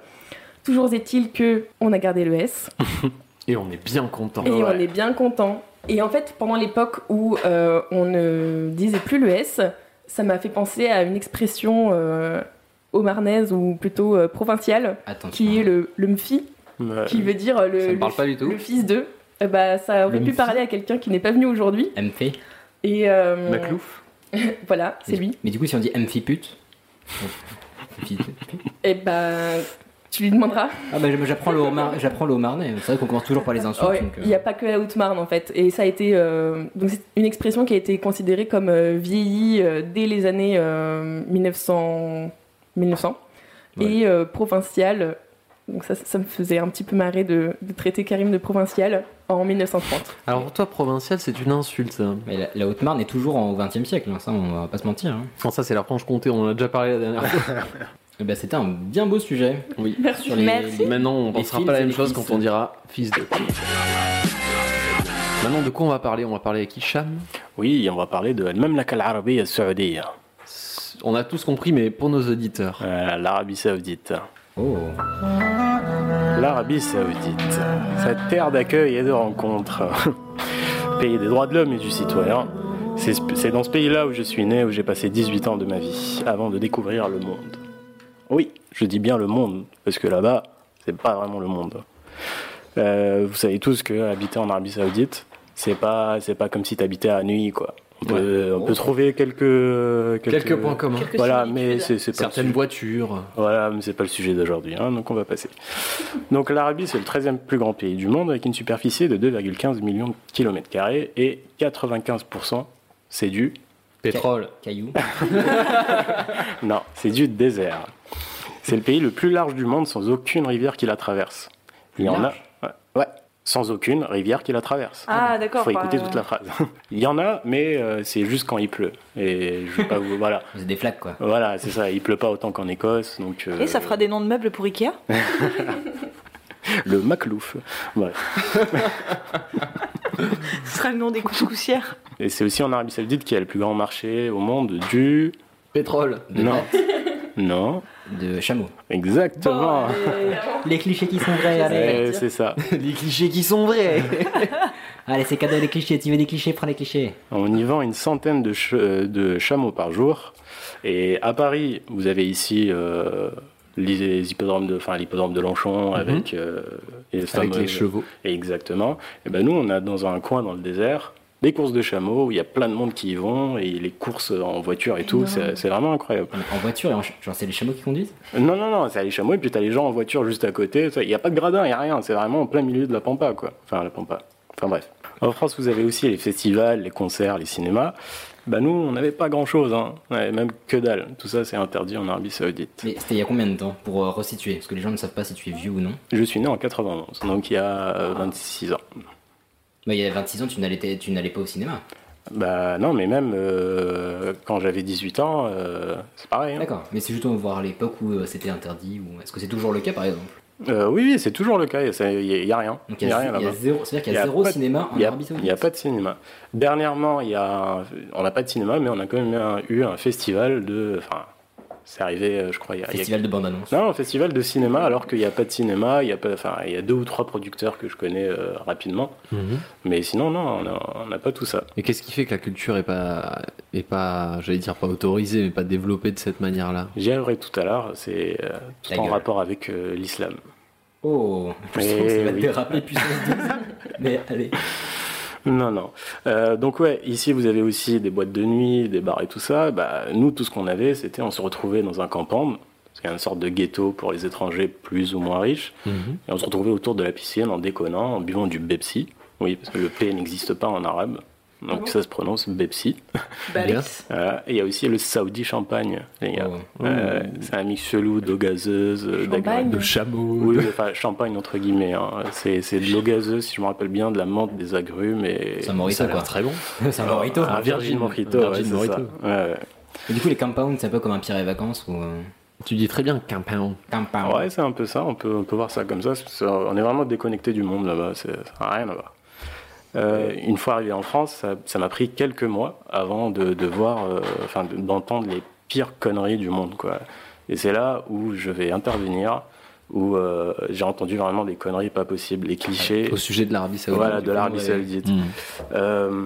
Speaker 9: Toujours est-il que on a gardé le S
Speaker 6: Ah Et on est bien content.
Speaker 9: et
Speaker 8: Ouais.
Speaker 9: on est bien content. Et en fait, pendant l'époque où euh, on ne disait plus le S, ça m'a fait penser à une expression euh, aumarnaise ou plutôt euh, provinciale
Speaker 1: Attends.
Speaker 9: qui est le, le mfi,
Speaker 8: Ouais.
Speaker 9: qui veut dire euh, le,
Speaker 6: Bah Ça me
Speaker 9: le
Speaker 6: parle pas du tout.
Speaker 9: le fils de. Eh bah, ça aurait
Speaker 1: Le
Speaker 9: pu
Speaker 1: mfi.
Speaker 9: parler à quelqu'un qui n'est pas venu aujourd'hui.
Speaker 1: MF.
Speaker 9: Et euh,
Speaker 6: Maclouf
Speaker 9: voilà, c'est lui.
Speaker 1: Mais du coup, si on dit MF pute. Puis-
Speaker 9: Et bah, tu lui demanderas.
Speaker 1: (laughs) ah bah j'apprends le homar- j'apprends le haut-marnais. C'est vrai qu'on commence toujours par les insultes.
Speaker 9: Ouais,
Speaker 1: donc, euh,
Speaker 9: il n'y a pas que la Haute-Marne en fait. Et ça a été euh, donc c'est une expression qui a été considérée comme euh, vieillie euh, dès les années euh, 1900, 1900
Speaker 1: Ouais.
Speaker 9: et euh, provinciale. Donc ça, ça me faisait un petit peu marrer de, de traiter Karim de provincial
Speaker 8: (laughs)
Speaker 9: en 1930.
Speaker 6: Alors pour toi, provincial, c'est une insulte. ça.
Speaker 1: mais la, la Haute-Marne est toujours en- au XXe siècle. hein, Ça, on va pas se mentir. hein.
Speaker 6: Enfin, ça, c'est la franche comté, on en a déjà parlé la dernière fois.
Speaker 1: Eh ben, c'était un bien beau sujet.
Speaker 6: (laughs) Oui.
Speaker 9: Merci.
Speaker 1: Sur les-
Speaker 7: Merci.
Speaker 6: Maintenant, on pensera
Speaker 1: fils
Speaker 6: pas la
Speaker 1: et
Speaker 6: même
Speaker 1: les
Speaker 6: chose
Speaker 1: fils.
Speaker 6: quand on dira fils de. Maintenant, de quoi on va parler On va parler avec Hicham.
Speaker 8: Oui, on va parler de Al-Mamlaka al-Arabiyya al-Saoudiya,
Speaker 6: On a tous compris, mais pour nos auditeurs.
Speaker 8: euh, l'Arabie Saoudite.
Speaker 1: Oh.
Speaker 8: L'Arabie Saoudite, sa terre d'accueil et de rencontres, (laughs) pays des droits de l'homme et du citoyen. C'est c'est dans ce pays-là où je suis né, où j'ai passé 18 ans de ma vie, avant de découvrir le monde. Oui, je dis bien le monde, parce que là-bas, c'est pas vraiment le monde. Euh, vous savez tous que habiter en Arabie Saoudite, c'est pas, c'est pas comme si t'habitais à Nuit, quoi. On peut, on peut trouver quelques, quelques,
Speaker 6: Quelques points communs.
Speaker 7: Quelques
Speaker 8: Voilà,
Speaker 7: similitudes.
Speaker 8: mais c'est c'est pas le
Speaker 6: Certaines
Speaker 8: sujet.
Speaker 6: voitures.
Speaker 8: Voilà, mais c'est pas le sujet d'aujourd'hui, hein, donc on va passer. Donc l'Arabie, c'est le 13e plus grand pays du monde avec une superficie de 2,15 millions de kilomètres carrés et 95% c'est du
Speaker 6: Pétrole.
Speaker 1: Caillou.
Speaker 8: non, c'est du désert. C'est le pays le plus large du monde sans aucune rivière qui la traverse. Il y en a ouais, ouais, sans aucune rivière qui la traverse.
Speaker 7: Ah, d'accord.
Speaker 8: Faut écouter
Speaker 7: bah,
Speaker 8: toute la phrase. (laughs) Il y en a, mais euh, c'est juste quand il pleut. Et je vais pas vous. Voilà,
Speaker 1: Vous êtes des flaques quoi.
Speaker 8: voilà, c'est ça. Il pleut pas autant qu'en Écosse, donc. euh,
Speaker 7: Et ça fera des noms de meubles pour Ikea
Speaker 8: Le Maclouf. Voilà.
Speaker 7: Ce sera le nom des couscoussières.
Speaker 8: Et c'est aussi en Arabie Saoudite qu'il y a le plus grand marché au monde du.
Speaker 6: Pétrole.
Speaker 1: De
Speaker 8: non.
Speaker 1: bêtes,
Speaker 8: (laughs) Non.
Speaker 1: De chameau.
Speaker 8: Exactement.
Speaker 1: Les clichés qui sont vrais, allez.
Speaker 8: Eh, c'est ça.
Speaker 6: (laughs) Les clichés qui sont vrais. (laughs)
Speaker 1: Allez, c'est cadeau les clichés. Tu veux des clichés, prends les clichés.
Speaker 8: On y vend une centaine de, ch- euh, de chameaux par jour. Et à Paris, vous avez ici euh, les hippodromes de, enfin l'hippodrome de Longchamp avec euh, les
Speaker 6: Mhm. Avec les
Speaker 8: fameuses-
Speaker 6: chevaux.
Speaker 8: Exactement. Et ben nous, on a dans un coin dans le désert des courses de chameaux où il y a plein de monde qui y vont et les courses en voiture et tout, c'est c'est vraiment incroyable.
Speaker 1: En voiture et en ch- genre c'est les chameaux qui conduisent.
Speaker 8: Non, non, non, c'est les chameaux, et puis t'as les gens en voiture juste à côté. Il n'y a pas de gradin, il n'y a rien. C'est vraiment en plein milieu de la pampa, quoi. Enfin, la pampa. Enfin, bref. En France, vous avez aussi les festivals, les concerts, les cinémas. Bah, nous, on n'avait pas grand-chose, hein. On avait même que dalle. Tout ça, c'est interdit en Arabie Saoudite.
Speaker 1: Mais c'était il y a combien de temps pour euh, resituer Parce que les gens ne savent pas si tu es vieux ou non.
Speaker 8: Je suis né en 91, donc il y a euh, 26 ans.
Speaker 1: Bah, il y a 26 ans, tu n'allais, tu n'allais pas au cinéma.
Speaker 8: Bah, non, mais même euh, quand j'avais 18 ans, euh, c'est pareil. hein.
Speaker 1: D'accord. Mais c'est juste on va voir l'époque où euh, c'était interdit ou est-ce que c'est toujours le cas par exemple
Speaker 8: Euh, oui, oui, c'est toujours le cas. Il n'y a, rien.
Speaker 1: Donc
Speaker 8: Il
Speaker 1: il
Speaker 8: n'y
Speaker 1: y
Speaker 8: a
Speaker 1: a,
Speaker 8: rien
Speaker 1: il y a
Speaker 8: là-bas.
Speaker 1: zéro, c'est-à-dire qu'il y a,
Speaker 8: Il y a
Speaker 1: zéro
Speaker 8: pas de-
Speaker 1: cinéma en
Speaker 8: Il y a-
Speaker 1: Arabie
Speaker 8: Il
Speaker 1: Saoudite.
Speaker 8: n'y a pas de cinéma. Dernièrement, il y a, un- on n'a pas de cinéma, mais on a quand même eu un- eu un festival de. Enfin, c'est arrivé, euh, je crois, il y a. il y a-
Speaker 1: Festival de bande annonce.
Speaker 8: Non, un festival de cinéma, alors qu'il n'y a pas de cinéma, il y, a pas, enfin, il y a deux ou trois producteurs que je connais euh, rapidement. Mais sinon, non, on n'a- on n'a pas tout ça.
Speaker 6: Et qu'est-ce qui fait que la culture est pas, est pas, j'allais dire pas autorisée, mais pas développée de cette manière-là
Speaker 8: J'y arriverai tout à l'heure, c'est euh, tout
Speaker 1: Ta
Speaker 8: en
Speaker 1: gueule.
Speaker 8: rapport avec euh, l'islam.
Speaker 1: Oh, je sens que ça
Speaker 8: Eh
Speaker 1: va
Speaker 8: oui.
Speaker 1: déraper puissance 12.
Speaker 8: (laughs)
Speaker 1: Mais allez.
Speaker 8: Non, non. Euh, donc ouais, ici vous avez aussi des boîtes de nuit, des bars et tout ça. Bah, nous, tout ce qu'on avait, c'était on se retrouvait dans un campement, c'est une sorte de ghetto pour les étrangers plus ou moins riches, et on se retrouvait autour de la piscine en déconnant, en buvant du Pepsi. Oui, parce que le P n'existe pas en arabe, donc
Speaker 9: Ah bon
Speaker 8: ça se prononce Pepsi.
Speaker 7: Bah,
Speaker 8: Voilà. Et il y a aussi le Saudi Champagne, les gars.
Speaker 1: Oh. (laughs)
Speaker 8: Euh, c'est un mix chelou d'eau gazeuse, euh, d'agrumes.
Speaker 9: Champagne.
Speaker 10: De chameau.
Speaker 8: Oui, oui, enfin, champagne entre guillemets. hein. C'est, c'est de l'eau gazeuse, si je me rappelle bien, de la menthe, des agrumes et.
Speaker 1: C'est un mojito,
Speaker 8: ça a l'air
Speaker 1: quoi.
Speaker 8: très bon.
Speaker 1: C'est un morito.
Speaker 8: Un virgin mojito.
Speaker 10: Un
Speaker 8: Ah, ouais,
Speaker 10: virgin
Speaker 8: c'est ça.
Speaker 10: mojito.
Speaker 8: Ouais,
Speaker 1: Et du coup, les compounds, c'est un peu comme un pire et vacances ou. euh,
Speaker 6: Tu dis très bien Quimpan.
Speaker 1: Compound.
Speaker 8: ouais. Ouais, c'est un peu ça. On peut, on peut voir ça comme ça. C'est- c'est- on est vraiment déconnecté du monde là-bas. C'est, ça n'a rien à voir. Euh, une fois arrivé en France, ça, ça m'a pris quelques mois avant de, de voir, euh, enfin, de- d'entendre les pires conneries du monde, quoi. Et c'est là où je vais intervenir, où euh, j'ai entendu vraiment des conneries pas possibles, les clichés.
Speaker 6: Au sujet de l'Arabie Saoudite. Hmm.
Speaker 8: Voilà,
Speaker 1: du
Speaker 8: de
Speaker 1: coup,
Speaker 8: l'Arabie
Speaker 1: ouais.
Speaker 8: Saoudite.
Speaker 1: Mm.
Speaker 8: Euh,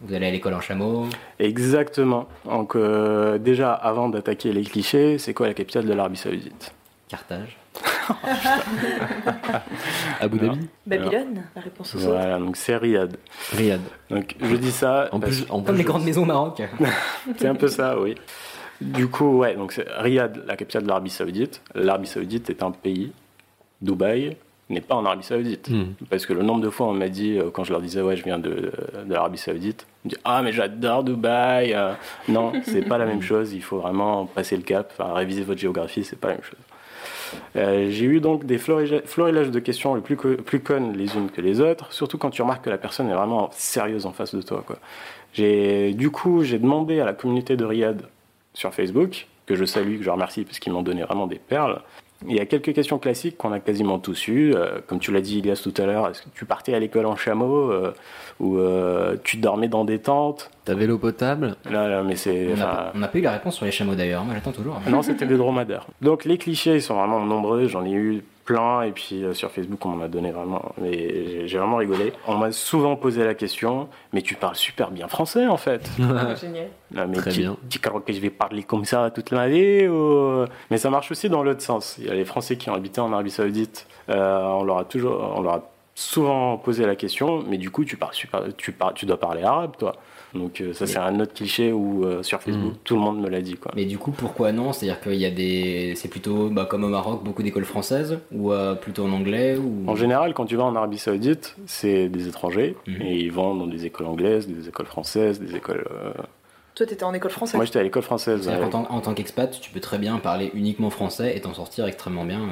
Speaker 1: Vous allez à l'école en chameau.
Speaker 8: exactement. Donc, euh, déjà, avant d'attaquer les clichés, c'est quoi la capitale de l'Arabie Saoudite
Speaker 1: Carthage.
Speaker 6: Abu Dhabi.
Speaker 7: Babylone La réponse au ça.
Speaker 8: Voilà, donc c'est Riyad.
Speaker 6: Riyad.
Speaker 8: Donc, je dis ça.
Speaker 6: En
Speaker 8: parce
Speaker 6: plus, en
Speaker 1: Comme
Speaker 6: plus
Speaker 1: les grandes maisons au Maroc.
Speaker 8: que C'est un peu ça, oui. Du coup, ouais, donc c'est Riyad, la capitale de l'Arabie Saoudite. L'Arabie Saoudite est un pays. Dubaï n'est pas en Arabie Saoudite.
Speaker 6: Hmm.
Speaker 8: Parce que le nombre de fois on m'a dit, euh, quand je leur disais, ouais, je viens de, de l'Arabie Saoudite, on me dit, ah, mais j'adore Dubaï. euh. Non, c'est pas la même chose. Il faut vraiment passer le cap, enfin, réviser votre géographie, c'est pas la même chose. Euh, J'ai eu donc des florige- florileges de questions les plus, co- plus connes les unes que les autres, surtout quand tu remarques que la personne est vraiment sérieuse en face de toi. Quoi. J'ai- Du coup, j'ai demandé à la communauté de Riyad sur Facebook, que je salue, que je remercie parce qu'ils m'ont donné vraiment des perles. Il y a quelques questions classiques qu'on a quasiment tous eues. euh, comme tu l'as dit, Ilias, tout à l'heure, est-ce que tu partais à l'école en chameau euh, ou euh, tu dormais dans des tentes
Speaker 6: T'avais l'eau potable.
Speaker 8: Là, là, mais c'est.
Speaker 1: On n'a
Speaker 8: enfin,
Speaker 1: pas- on n'a pas eu la réponse sur les chameaux d'ailleurs. Moi, j'attends toujours.
Speaker 8: (laughs) non, c'était des dromadaires. Donc les clichés, ils sont vraiment nombreux. J'en ai eu plein. Et puis euh, sur Facebook, on m'en a donné vraiment. Mais j'ai- j'ai vraiment rigolé. On m'a souvent posé la question Mais tu parles super bien français en fait.
Speaker 9: Ah, Génial.
Speaker 8: Non, mais
Speaker 6: Très
Speaker 8: tu,
Speaker 6: bien.
Speaker 8: tu crois que je vais parler comme ça toute ma vie ou- euh, Mais ça marche aussi dans l'autre sens. Il y a les Français qui ont habité en Arabie Saoudite. Euh, on leur a toujours. On leur a souvent posé la question, mais du coup, tu, parles super- tu, parles- tu dois parler arabe, toi. Donc, euh, ça, c'est un autre cliché où euh, sur Facebook,
Speaker 6: Mm.
Speaker 8: tout le monde me l'a dit. Quoi.
Speaker 1: Mais du coup, pourquoi non C'est-à-dire qu'il y a des. C'est plutôt bah, comme au Maroc, beaucoup d'écoles françaises ou euh, plutôt en anglais ou.
Speaker 8: En général, quand tu vas en Arabie Saoudite, c'est des étrangers
Speaker 6: Mm.
Speaker 1: Mhm.
Speaker 8: et ils vont dans des écoles anglaises, des écoles françaises, des écoles. euh,
Speaker 7: Toi, t'étais en école française.
Speaker 8: Moi, j'étais à l'école française.
Speaker 1: C'est-à-dire
Speaker 8: ouais.
Speaker 1: qu'en tant- en tant qu'expat, tu peux très bien parler uniquement français et t'en sortir extrêmement bien. euh.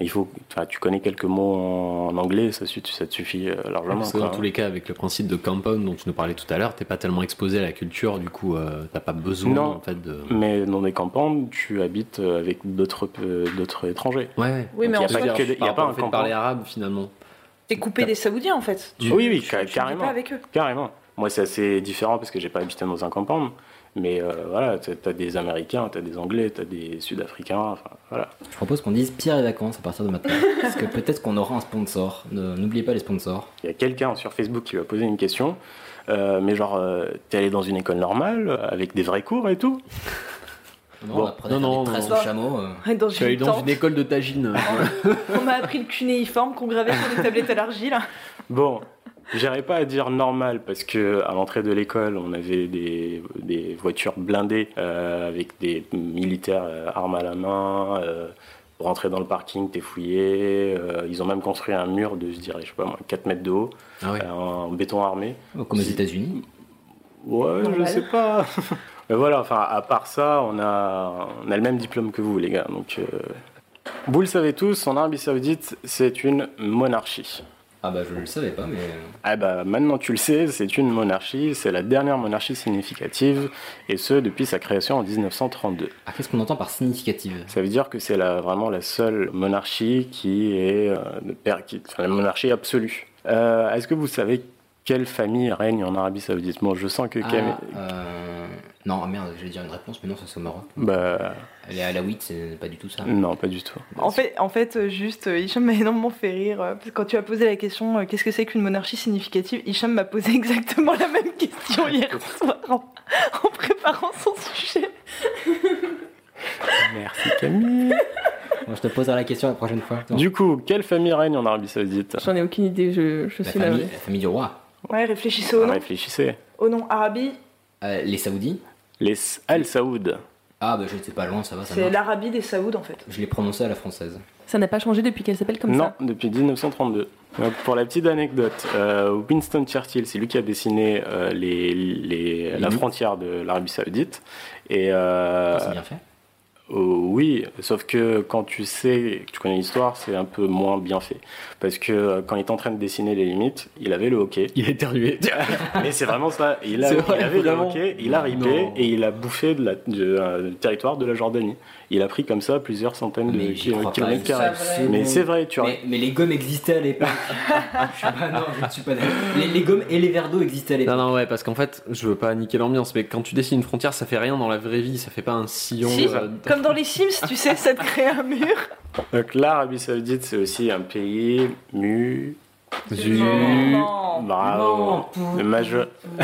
Speaker 8: Il faut, enfin, tu connais quelques mots en, en anglais, ça, su- ça te suffit euh, largement.
Speaker 6: Parce que dans
Speaker 8: quoi.
Speaker 6: tous les cas, avec le principe de compound dont tu nous parlais tout à l'heure, t'es pas tellement exposé à la culture, du coup, euh, t'as pas besoin
Speaker 8: Non.
Speaker 6: en fait de.
Speaker 8: Mais dans des campagnes, tu habites euh, avec d'autres euh, d'autres étrangers.
Speaker 6: Ouais, ouais.
Speaker 7: Oui, mais
Speaker 8: Donc,
Speaker 7: en
Speaker 8: il y a
Speaker 7: soi,
Speaker 8: pas que des- il y a pas un
Speaker 6: fait de
Speaker 8: compound.
Speaker 6: parler arabe finalement.
Speaker 7: t'es coupé des Saoudiens en fait. Tu-
Speaker 8: Oui, oui,
Speaker 7: tu-
Speaker 8: ca-
Speaker 7: tu vis
Speaker 8: carrément.
Speaker 7: pas avec eux.
Speaker 8: Carrément. Moi, c'est assez différent parce que j'ai pas habité dans un campement. Mais euh, voilà, t'as t'as des Américains, t'as des Anglais, t'as des Sud-Africains. Enfin, voilà.
Speaker 1: Je propose qu'on dise Pierre et vacances à partir de maintenant. parce que peut-être qu'on aura un sponsor. Ne- N'oubliez pas les sponsors.
Speaker 8: Il y a quelqu'un sur Facebook qui lui a posé une question, euh, mais genre, euh, t'es allé dans une école normale, euh, avec des vrais cours et tout
Speaker 1: Non,
Speaker 8: Bon.
Speaker 1: on apprenait à
Speaker 6: Non,
Speaker 1: faire
Speaker 6: non,
Speaker 1: des traces
Speaker 7: non.
Speaker 1: au chameau. euh.
Speaker 7: Dans
Speaker 6: Tu es
Speaker 7: une
Speaker 6: dans une
Speaker 7: tente.
Speaker 6: école
Speaker 8: (laughs)
Speaker 6: de tagine.
Speaker 7: On m'a appris le cunéiforme qu'on gravait sur des tablettes à l'argile.
Speaker 8: Bon, j'arrive pas à dire normal, parce que à l'entrée de l'école, on avait des, des voitures blindées, euh, avec des militaires euh, armes à la main, euh, pour entrer dans le parking, t'es fouillé, euh, ils ont même construit un mur de, je dirais, je sais pas moi, 4 mètres de haut,
Speaker 6: Ah ouais.
Speaker 8: euh, en béton armé.
Speaker 1: Oh, Comme aux
Speaker 8: Si.
Speaker 1: États-Unis.
Speaker 8: Ouais, je
Speaker 9: Normal.
Speaker 8: sais pas. (laughs) Mais voilà, enfin, à part ça, on a, on a le même diplôme que vous, les gars. Donc, euh, vous le savez tous, en Arabie Saoudite, c'est une monarchie.
Speaker 1: Ah bah je le savais pas, mais.
Speaker 8: Ah bah, maintenant tu le sais, c'est une monarchie. C'est la dernière monarchie significative, et ce depuis sa création en 1932.
Speaker 1: Ah, qu'est-ce qu'on entend par significative
Speaker 8: Ça veut dire que c'est la- vraiment la seule monarchie qui est euh, de per- qui- enfin, la monarchie absolue. Euh, Est-ce que vous savez quelle famille règne en Arabie Saoudite Bon, je sens que
Speaker 1: Ah,
Speaker 8: Camille-
Speaker 1: euh, Non, ah merde, j'allais dire une réponse, mais non, ça c'est au Maroc.
Speaker 8: Bah,
Speaker 1: Elle est à la 8, c'est pas du tout ça.
Speaker 8: non, pas du tout.
Speaker 7: En fait, en fait, euh, juste, euh, Hicham m'a (laughs) énormément fait rire. euh, Parce que quand tu as posé la question, euh, qu'est-ce que c'est qu'une monarchie significative Hicham m'a posé (laughs) exactement la même question hier soir en, en préparant son sujet.
Speaker 8: Merci Camille.
Speaker 1: Bon, je te poserai la question la prochaine fois. Bon,
Speaker 8: Du coup, quelle famille règne en Arabie Saoudite
Speaker 9: J'en ai aucune idée, je, je
Speaker 1: la,
Speaker 9: suis
Speaker 1: famille,
Speaker 9: navrée.
Speaker 1: la famille du roi.
Speaker 7: Ouais, réfléchissez au nom.
Speaker 8: Réfléchissez.
Speaker 7: Au nom Arabie,
Speaker 1: Euh, les Saoudis
Speaker 8: Les Al Saoud.
Speaker 1: Ah, bah j'étais pas loin, ça va, ça
Speaker 7: c'est
Speaker 1: marche.
Speaker 7: l'Arabie des Saouds en fait.
Speaker 1: Je l'ai prononcé à la française.
Speaker 9: Ça n'a pas changé depuis qu'elle s'appelle comme
Speaker 8: Non,
Speaker 9: ça
Speaker 8: depuis 1932. Donc, pour la petite anecdote, euh, Winston Churchill, c'est lui qui a dessiné euh, les, les- la
Speaker 1: lignes.
Speaker 8: frontière de l'Arabie Saoudite. Et
Speaker 6: Ah,
Speaker 8: euh,
Speaker 1: C'est bien fait.
Speaker 8: Oh, oui, sauf que quand tu sais, tu connais l'histoire, c'est un peu moins bien fait. Parce que euh, quand il était en train de dessiner les limites, il avait le hockey.
Speaker 6: Il est éternué.
Speaker 8: (laughs) Mais c'est vraiment ça. Il, a-
Speaker 6: C'est
Speaker 8: il
Speaker 6: vrai,
Speaker 8: avait
Speaker 6: vraiment.
Speaker 8: le hockey, il a ripé
Speaker 6: Non.
Speaker 8: et il a bouffé de la- de- euh, du territoire de la Jordanie. Il a pris comme ça plusieurs centaines de
Speaker 1: Mais j'y
Speaker 8: kil-
Speaker 1: crois pas,
Speaker 8: kilomètres
Speaker 1: ils
Speaker 8: carrés.
Speaker 1: savent, c'est
Speaker 8: Mais
Speaker 1: bon.
Speaker 8: c'est vrai, tu as-
Speaker 1: Mais, mais les gommes existaient à
Speaker 8: (laughs)
Speaker 1: l'époque. je suis pas, non, je ne suis pas d'accord. Les, les gommes et les verres d'eau existaient à
Speaker 6: Non,
Speaker 1: l'époque.
Speaker 6: non, ouais, parce qu'en fait, je veux pas niquer l'ambiance, mais quand tu dessines une frontière, ça fait rien dans la vraie vie, ça fait pas un sillon.
Speaker 7: Si,
Speaker 6: euh,
Speaker 7: comme dans les Sims, tu sais, ça te crée un mur.
Speaker 8: Donc l'Arabie Saoudite, c'est aussi un pays mu.
Speaker 7: Non.
Speaker 8: Bravo. Majo- (laughs)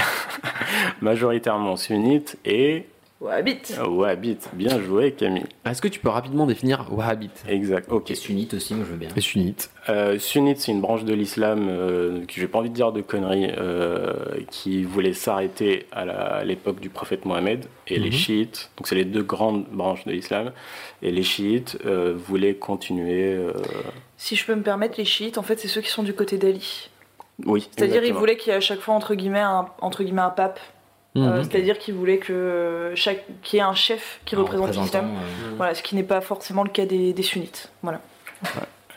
Speaker 8: majoritairement sunnite et
Speaker 7: Wahhabite.
Speaker 8: wahhabite. Bien joué, Camille.
Speaker 6: Est-ce que tu peux rapidement définir wahhabite
Speaker 8: Exact. Ok.
Speaker 1: Et sunnite aussi, moi je veux bien.
Speaker 6: et sunnite
Speaker 8: Euh, sunnite, c'est une branche de l'islam euh, que j'ai pas envie de dire de conneries, euh, qui voulait s'arrêter à la- à l'époque du prophète Mohammed et les
Speaker 6: Mhm.
Speaker 8: chiites. Donc c'est les deux grandes branches de l'islam et les chiites euh, voulaient continuer. euh,
Speaker 7: Si je peux me permettre, les chiites, en fait, c'est ceux qui sont du côté d'Ali.
Speaker 8: Oui.
Speaker 7: C'est-à-dire, ils
Speaker 8: exactement.
Speaker 7: voulaient qu'il y ait à chaque fois, entre guillemets, un, entre guillemets, un pape.
Speaker 6: Mhm.
Speaker 7: Euh, C'est-à-dire qu'ils voulaient que euh, chaque, qu'il y ait un chef qui
Speaker 1: Un
Speaker 7: représente l'islam.
Speaker 1: représentant, euh,
Speaker 7: Voilà, ce qui n'est pas forcément le cas des, des sunnites. Voilà.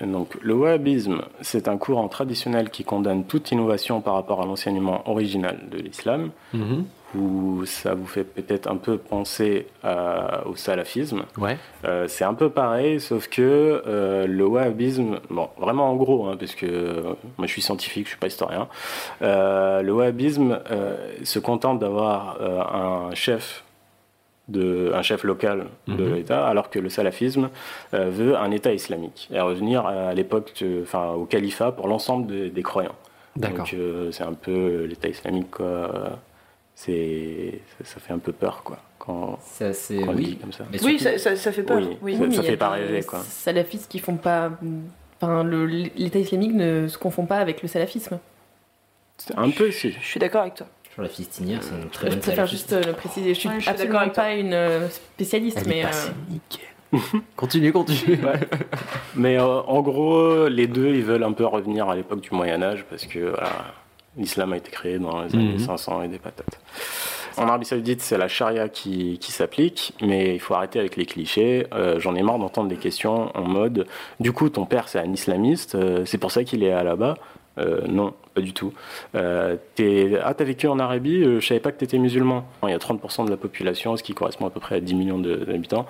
Speaker 8: Donc, le wahhabisme, c'est un courant traditionnel qui condamne toute innovation par rapport à l'enseignement original de l'islam,
Speaker 6: Mhm.
Speaker 8: où ça vous fait peut-être un peu penser à- au salafisme.
Speaker 6: Ouais.
Speaker 8: Euh, c'est un peu pareil, sauf que euh, le wahhabisme, bon, vraiment en gros, hein, parce que euh, moi je suis scientifique, je suis pas historien, euh, le wahhabisme euh, se contente d'avoir euh, un chef. De, un chef local de
Speaker 6: Mhm.
Speaker 8: l'État, alors que le salafisme euh, veut un État islamique et revenir à l'époque, de- enfin au califat pour l'ensemble de- des croyants.
Speaker 6: D'accord.
Speaker 8: Donc euh, c'est un peu l'État islamique, quoi. C'est, ça, ça fait un peu peur, quoi, quand,
Speaker 1: Ça, c'est.
Speaker 8: quand on le dit
Speaker 1: Oui.
Speaker 8: comme ça.
Speaker 1: Mais
Speaker 7: Oui,
Speaker 1: surtout-
Speaker 7: ça, ça- ça fait peur.
Speaker 8: Oui.
Speaker 7: Oui.
Speaker 8: Ça-
Speaker 9: mais
Speaker 8: ça
Speaker 9: il y
Speaker 8: fait
Speaker 9: a
Speaker 8: pas
Speaker 9: des
Speaker 8: rêver, quoi.
Speaker 9: Salafistes qui font pas. Enfin, le- l'État islamique ne se confond pas avec le salafisme.
Speaker 8: C'est un peu, si.
Speaker 7: Je suis d'accord avec toi.
Speaker 1: Sur la fistinière, c'est une très
Speaker 9: Je
Speaker 1: bonne
Speaker 9: préfère
Speaker 1: salafiste.
Speaker 9: juste euh, le préciser. Je suis
Speaker 7: Ouais, je suis d'accord
Speaker 9: absolument
Speaker 7: avec toi.
Speaker 9: pas une euh, spécialiste, mais. euh,
Speaker 6: (laughs) Continue, continue.
Speaker 8: Ouais. Mais euh, en gros, les deux, ils veulent un peu revenir à l'époque du Moyen Âge parce que voilà, l'islam a été créé dans les années
Speaker 6: Mhm.
Speaker 8: 500 et des patates. En Arabie Saoudite, c'est la charia qui, qui s'applique, mais il faut arrêter avec les clichés. Euh, J'en ai marre d'entendre des questions en mode Du coup, ton père, c'est un islamiste, euh, c'est pour ça qu'il est à là-bas Euh, Non, pas du tout. Euh, t'es- ah, t'as vécu en Arabie Euh, Je savais pas que t'étais musulman. Il y a 30% de la population, ce qui correspond à peu près à 10 millions de- d'habitants.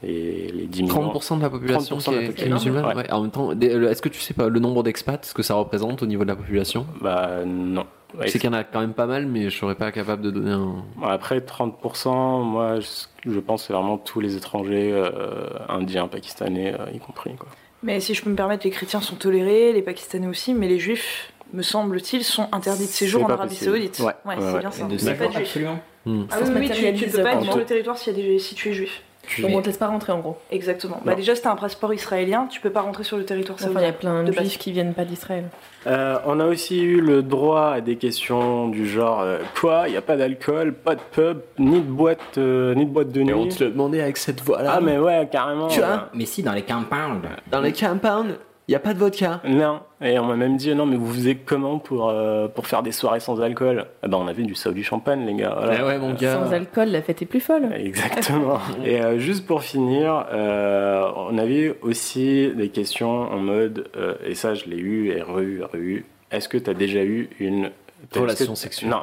Speaker 8: C'est les 10 millions.
Speaker 6: 30% de la population
Speaker 8: 30%
Speaker 6: qui
Speaker 8: de la
Speaker 6: est, qui est
Speaker 9: population.
Speaker 6: musulmane.
Speaker 8: Ouais.
Speaker 6: Ouais, En même temps, des- le- est-ce que tu sais pas le nombre d'expats, ce que ça représente au niveau de la population
Speaker 8: Bah non. Ouais,
Speaker 6: Je sais qu'il y en a quand même pas mal, mais je serais pas capable de donner un.
Speaker 8: c'est- Après 30%, moi je je pense que c'est vraiment tous les étrangers, euh, indiens, pakistanais, euh, y compris. Quoi.
Speaker 7: Mais si je peux me permettre, les chrétiens sont tolérés, les pakistanais aussi, mais les juifs, me semble-t-il, sont interdits de séjour
Speaker 8: C'est
Speaker 7: en
Speaker 8: pas
Speaker 7: Arabie
Speaker 8: possible.
Speaker 7: Saoudite.
Speaker 8: Ouais. Ouais,
Speaker 7: c'est
Speaker 8: ouais.
Speaker 7: bien ça.
Speaker 1: Et de
Speaker 7: C'est pas
Speaker 1: cinq ans,
Speaker 7: de juif.
Speaker 1: absolument.
Speaker 6: Hmm.
Speaker 7: Ah
Speaker 9: Ça
Speaker 7: oui, oui,
Speaker 9: se
Speaker 7: tu, tu peux
Speaker 9: matérialise
Speaker 7: pas
Speaker 9: en
Speaker 7: être sur
Speaker 8: tout.
Speaker 7: le territoire si, y a des- si tu es juif.
Speaker 9: Donc on te laisse pas rentrer en gros.
Speaker 7: Exactement. Bah
Speaker 8: Non.
Speaker 7: déjà, si t'as un passeport israélien, tu peux pas rentrer sur le territoire
Speaker 9: Enfin, il y a
Speaker 7: saoudien.
Speaker 9: plein de,
Speaker 7: De base.
Speaker 9: juifs qui viennent pas d'Israël.
Speaker 8: Euh, on a aussi eu le droit à des questions du genre euh, quoi, il n'y a pas d'alcool, pas de pub, ni de boîte, euh, ni de boîte de
Speaker 6: Et
Speaker 8: nuit.
Speaker 6: on te le demandait avec cette voix-là.
Speaker 8: Ah mais ouais, carrément. euh,
Speaker 6: Tu
Speaker 8: ouais.
Speaker 6: vois
Speaker 1: Mais si, dans les compounds.
Speaker 6: Dans les compounds, il y a pas de vodka.
Speaker 8: Non, et on m'a même dit non mais vous faisiez comment pour, euh, pour faire des soirées sans alcool Ah ben on avait du saut du champagne les gars. voilà.
Speaker 6: Ah ouais, mon gars.
Speaker 9: Sans alcool, la fête est plus folle.
Speaker 8: (laughs) Exactement. Et euh, juste pour finir, euh, on avait aussi des questions en mode, euh, et ça je l'ai eu et re-eu, re-eu, est-ce que tu as déjà eu une...
Speaker 6: Relation
Speaker 8: est-ce que-
Speaker 6: sexuelle.
Speaker 8: Non,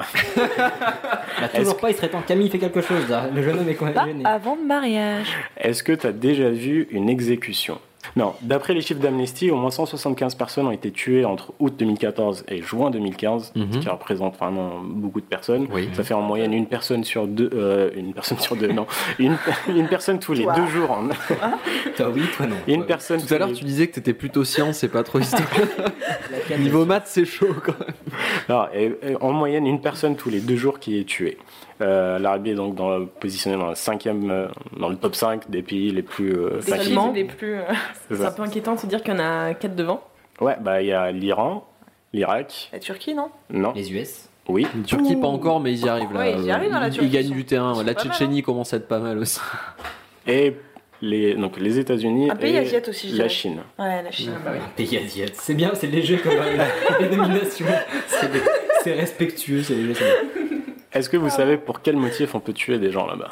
Speaker 1: Bah, toujours pas, il serait temps. Camille fait quelque chose là. Le jeune homme est
Speaker 7: Pas
Speaker 1: convaincu.
Speaker 8: Ah.
Speaker 7: avant le mariage.
Speaker 8: Est-ce que tu as déjà vu une exécution Non. D'après les chiffres d'Amnesty, au moins 175 personnes ont été tuées entre août 2014 et juin 2015,
Speaker 6: Mhm.
Speaker 8: ce qui représente vraiment beaucoup de personnes.
Speaker 6: Oui.
Speaker 8: Ça fait en moyenne une personne sur deux, euh, une personne sur deux, non, une, (laughs) une personne tous les
Speaker 7: Wow.
Speaker 8: deux jours. en-
Speaker 1: Toi oui, toi non.
Speaker 8: Une
Speaker 1: Ouais.
Speaker 8: personne
Speaker 6: Tout
Speaker 8: tous
Speaker 6: à l'heure,
Speaker 8: les-
Speaker 6: tu disais que t'étais plutôt science et pas trop
Speaker 7: (laughs)
Speaker 6: histoire.
Speaker 1: La canne,
Speaker 6: Niveau maths, c'est chaud quand même.
Speaker 8: Alors, et- et en moyenne, une personne tous les deux jours qui est tuée. Euh, L'Arabie est donc dans la- positionnée dans, la cinquième, euh, dans le top 5 des pays les plus. euh,
Speaker 9: Des
Speaker 8: enfin, qui-
Speaker 9: Allemands.
Speaker 7: les plus. euh,
Speaker 8: c'est
Speaker 9: C'est un
Speaker 8: ça.
Speaker 9: peu inquiétant de se dire qu'il y en a 4 devant.
Speaker 8: Ouais, bah il y a l'Iran, l'Irak,
Speaker 7: La Turquie, non
Speaker 8: non,
Speaker 1: Les US.
Speaker 8: oui,
Speaker 6: La Turquie, pas encore, mais ils y arrivent là.
Speaker 7: Ouais, ils y arrivent, hein, la
Speaker 6: Ils-
Speaker 7: Turquie,
Speaker 6: Ils
Speaker 7: ils
Speaker 6: gagnent
Speaker 7: sont-
Speaker 6: du terrain.
Speaker 7: sont
Speaker 6: La
Speaker 7: pas mal, hein.
Speaker 6: Tchétchénie commence à être pas mal aussi.
Speaker 8: et les, donc, les États-Unis
Speaker 7: Un pays
Speaker 8: et
Speaker 7: asiatique aussi, je
Speaker 8: la
Speaker 7: dirais.
Speaker 8: Chine.
Speaker 7: Ouais, la Chine.
Speaker 1: Pays asiatique. C'est bien, c'est léger comme euh, (laughs) dénomination. C'est des- C'est respectueux, c'est léger. c'est bien.
Speaker 8: Est-ce
Speaker 7: Ah.
Speaker 8: que vous savez pour quel motif on peut tuer des gens là-bas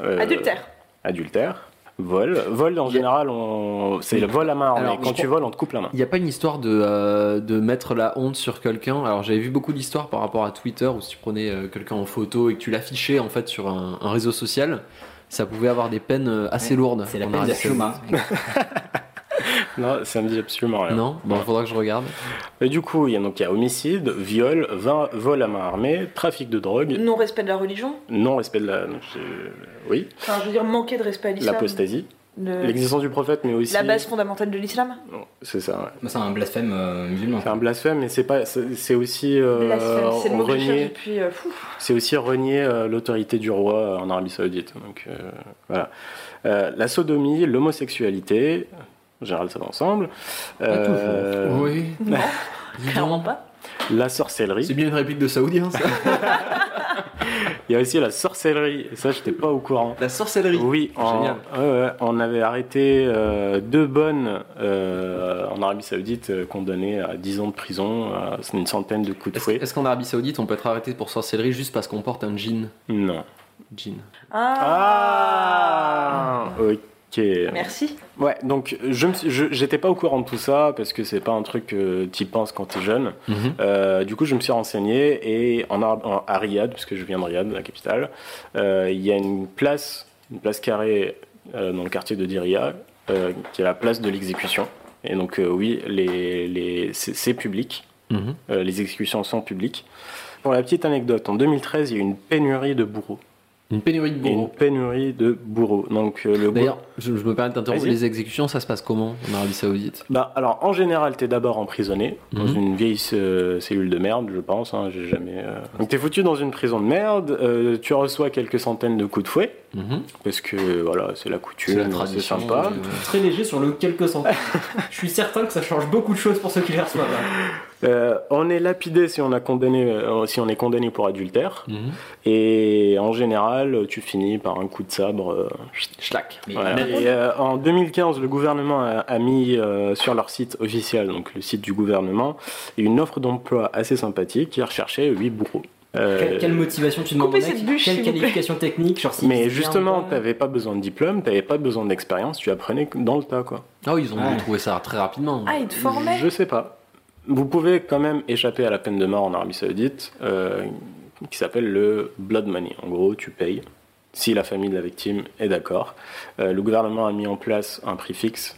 Speaker 8: Euh,
Speaker 7: Adultère.
Speaker 8: Adultère. Vol. Vol, en
Speaker 6: Y a-
Speaker 8: général, on... c'est le vol à main armée.
Speaker 6: Alors,
Speaker 8: Quand
Speaker 6: je
Speaker 8: tu voles, on te coupe la main.
Speaker 6: Il n'y a pas une histoire de, euh, de mettre la honte sur quelqu'un. Alors j'avais vu beaucoup d'histoires par rapport à Twitter où si tu prenais euh, quelqu'un en photo et que tu l'affichais en fait sur un, un réseau social, ça pouvait avoir des peines euh, assez lourdes.
Speaker 1: C'est la
Speaker 6: en
Speaker 1: peine
Speaker 6: Arabie
Speaker 1: d'Ashuma.
Speaker 8: Non, ça me dit absolument rien.
Speaker 6: Saoudite. Non Bon, faudra que je regarde.
Speaker 8: Et du coup, il y a, donc, il y a homicide, viol, vin- vol à main armée, trafic de drogue,
Speaker 7: Non-respect de la religion.
Speaker 8: non-respect de la. non, c'est- Oui,
Speaker 7: Enfin, je veux dire, manquer de respect à l'islam.
Speaker 8: l'apostasie,
Speaker 7: Le-
Speaker 8: l'existence du prophète, mais aussi.
Speaker 7: Euh, La base fondamentale de l'islam.
Speaker 8: Non, C'est ça, ouais.
Speaker 1: Moi, C'est un blasphème euh, musulman.
Speaker 8: C'est un blasphème, mais c'est pas, c'est c'est aussi euh,
Speaker 7: Blasphème, c'est le mot que je cherche
Speaker 8: renier,
Speaker 7: depuis. euh, fou.
Speaker 8: c'est aussi renier euh, l'autorité du roi euh, en Arabie Saoudite. Donc euh, voilà, Euh, la sodomie, l'homosexualité, en général ça va ensemble. Euh,
Speaker 6: Ah, Oui. Bah,
Speaker 7: Non,
Speaker 6: Dis
Speaker 7: clairement
Speaker 6: donc.
Speaker 7: pas.
Speaker 8: La
Speaker 6: C'est
Speaker 8: sorcellerie.
Speaker 6: bien une réplique de Saoudien ça.
Speaker 8: Il y a aussi la sorcellerie. Et ça, j'étais pas au courant.
Speaker 6: la sorcellerie.
Speaker 8: Oui, en-
Speaker 6: Génial.
Speaker 8: ouais, ouais, on avait arrêté euh, deux bonnes euh, en Arabie Saoudite euh, condamnées à 10 ans de prison, à une centaine de coups de
Speaker 6: Est-ce
Speaker 8: fouet.
Speaker 6: est-ce qu'en Arabie Saoudite on peut être arrêté pour sorcellerie juste parce qu'on porte un jean
Speaker 8: Non.
Speaker 6: Jean.
Speaker 8: Ah Ok.
Speaker 7: Merci.
Speaker 8: Ouais, donc je me suis- je- j'étais pas au courant de tout ça parce que c'est pas un truc que t'y penses quand t'es jeune.
Speaker 6: Mhm.
Speaker 8: Euh, du coup, je me suis renseigné et en, Ar- en- à Riyad, parce que je viens de Riyad, la capitale, euh, il y a une place, une place carrée euh, dans le quartier de Diriyah, euh, qui est la place de l'exécution. Et donc, euh, oui, les, les, c'est c'est public.
Speaker 6: Mhm.
Speaker 8: Euh, les exécutions sont publiques. Pour la petite anecdote, en 2013, il y a eu une pénurie de bourreaux.
Speaker 6: Une pénurie de
Speaker 8: Il y a Une
Speaker 6: bourreaux.
Speaker 8: pénurie de bourreaux. Donc, euh, le bourreau-
Speaker 6: D'ailleurs, je, je me permets d'interrompre,
Speaker 8: Vas-y.
Speaker 6: les exécutions, ça se passe comment en Arabie Saoudite
Speaker 8: Bah, alors, en général, t'es d'abord emprisonné dans
Speaker 6: Mhm.
Speaker 8: une vieille euh, cellule de merde, je pense. Hein, j'ai jamais. euh, Donc, t'es foutu dans une prison de merde. euh, tu reçois quelques centaines de coups de fouet
Speaker 6: Mhm.
Speaker 8: parce que voilà, c'est la
Speaker 6: C'est la
Speaker 8: coutume, c'est
Speaker 6: tradition.
Speaker 8: sympa.
Speaker 6: euh,
Speaker 1: Très léger sur le quelques
Speaker 7: (laughs)
Speaker 1: centimes. Je suis certain que ça change beaucoup de choses pour ceux qui les reçoivent.
Speaker 8: Euh, on est lapidé si on a condamné, euh, si on est condamné pour adultère.
Speaker 6: Mhm.
Speaker 8: Et en général, tu finis par un coup de sabre. euh, chut.
Speaker 6: Schlack.
Speaker 1: Mais
Speaker 8: Voilà.
Speaker 1: même-
Speaker 8: Et, euh, en 2015, le gouvernement a, a mis euh, sur leur site officiel, donc le site du gouvernement, une offre d'emploi assez sympathique qui recherchait 8 bourreaux. Euh,
Speaker 1: quelle, quelle motivation tu demandes
Speaker 7: Coupez
Speaker 1: au mec
Speaker 7: cette bûche,
Speaker 1: Quelle
Speaker 7: s'il vous plaît.
Speaker 1: qualification technique genre, si
Speaker 8: Mais
Speaker 1: c'est
Speaker 8: justement,
Speaker 1: bien ou pas
Speaker 8: t'avais pas besoin de diplôme, t'avais pas besoin d'expérience, tu apprenais dans le tas, quoi.
Speaker 6: Ah oui, ils ont dû
Speaker 1: Ouais.
Speaker 6: trouver ça très rapidement.
Speaker 7: Ah, il te formait.
Speaker 8: Je sais pas. Vous pouvez quand même échapper à la peine de mort en Arabie Saoudite, euh, qui s'appelle le blood money. En gros, tu payes si la famille de la victime est d'accord. Euh, le gouvernement a mis en place un prix fixe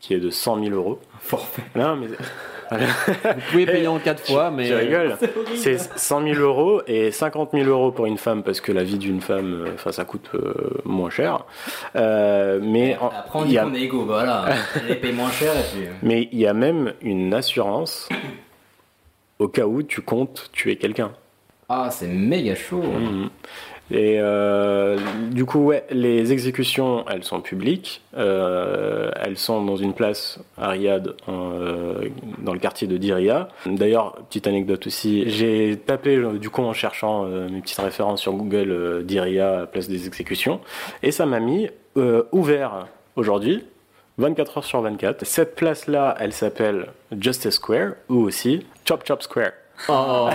Speaker 8: qui est de 100 000 euros.
Speaker 1: Forfait. (laughs)
Speaker 8: Non, mais
Speaker 6: Vous pouvez payer en 4 fois, mais.
Speaker 8: tu
Speaker 1: euh,
Speaker 8: rigoles. C'est 100 000 euros et 50 000 euros pour une femme parce que la vie d'une femme, euh, enfin, ça coûte euh, moins cher. Euh, mais en-
Speaker 1: Après, on
Speaker 8: il
Speaker 1: dit
Speaker 8: y a-
Speaker 1: qu'on est égaux, bah voilà. On les paye moins cher et puis. euh,
Speaker 8: Mais il y a même une assurance au cas où tu comptes tuer quelqu'un.
Speaker 1: Ah, c'est méga chaud.
Speaker 8: Mhm. Et euh, du coup, ouais, les exécutions, elles sont publiques. Euh, elles sont dans une place à Riyad, en, euh, dans le quartier de Diriyah. D'ailleurs, petite anecdote aussi, j'ai tapé euh, du coup en cherchant euh, mes petites références sur Google euh, Diriyah, place des exécutions, et ça m'a mis euh, ouvert aujourd'hui. 24 heures sur 24. Cette place-là, elle s'appelle Justice Square ou aussi Chop Chop Square.
Speaker 6: Oh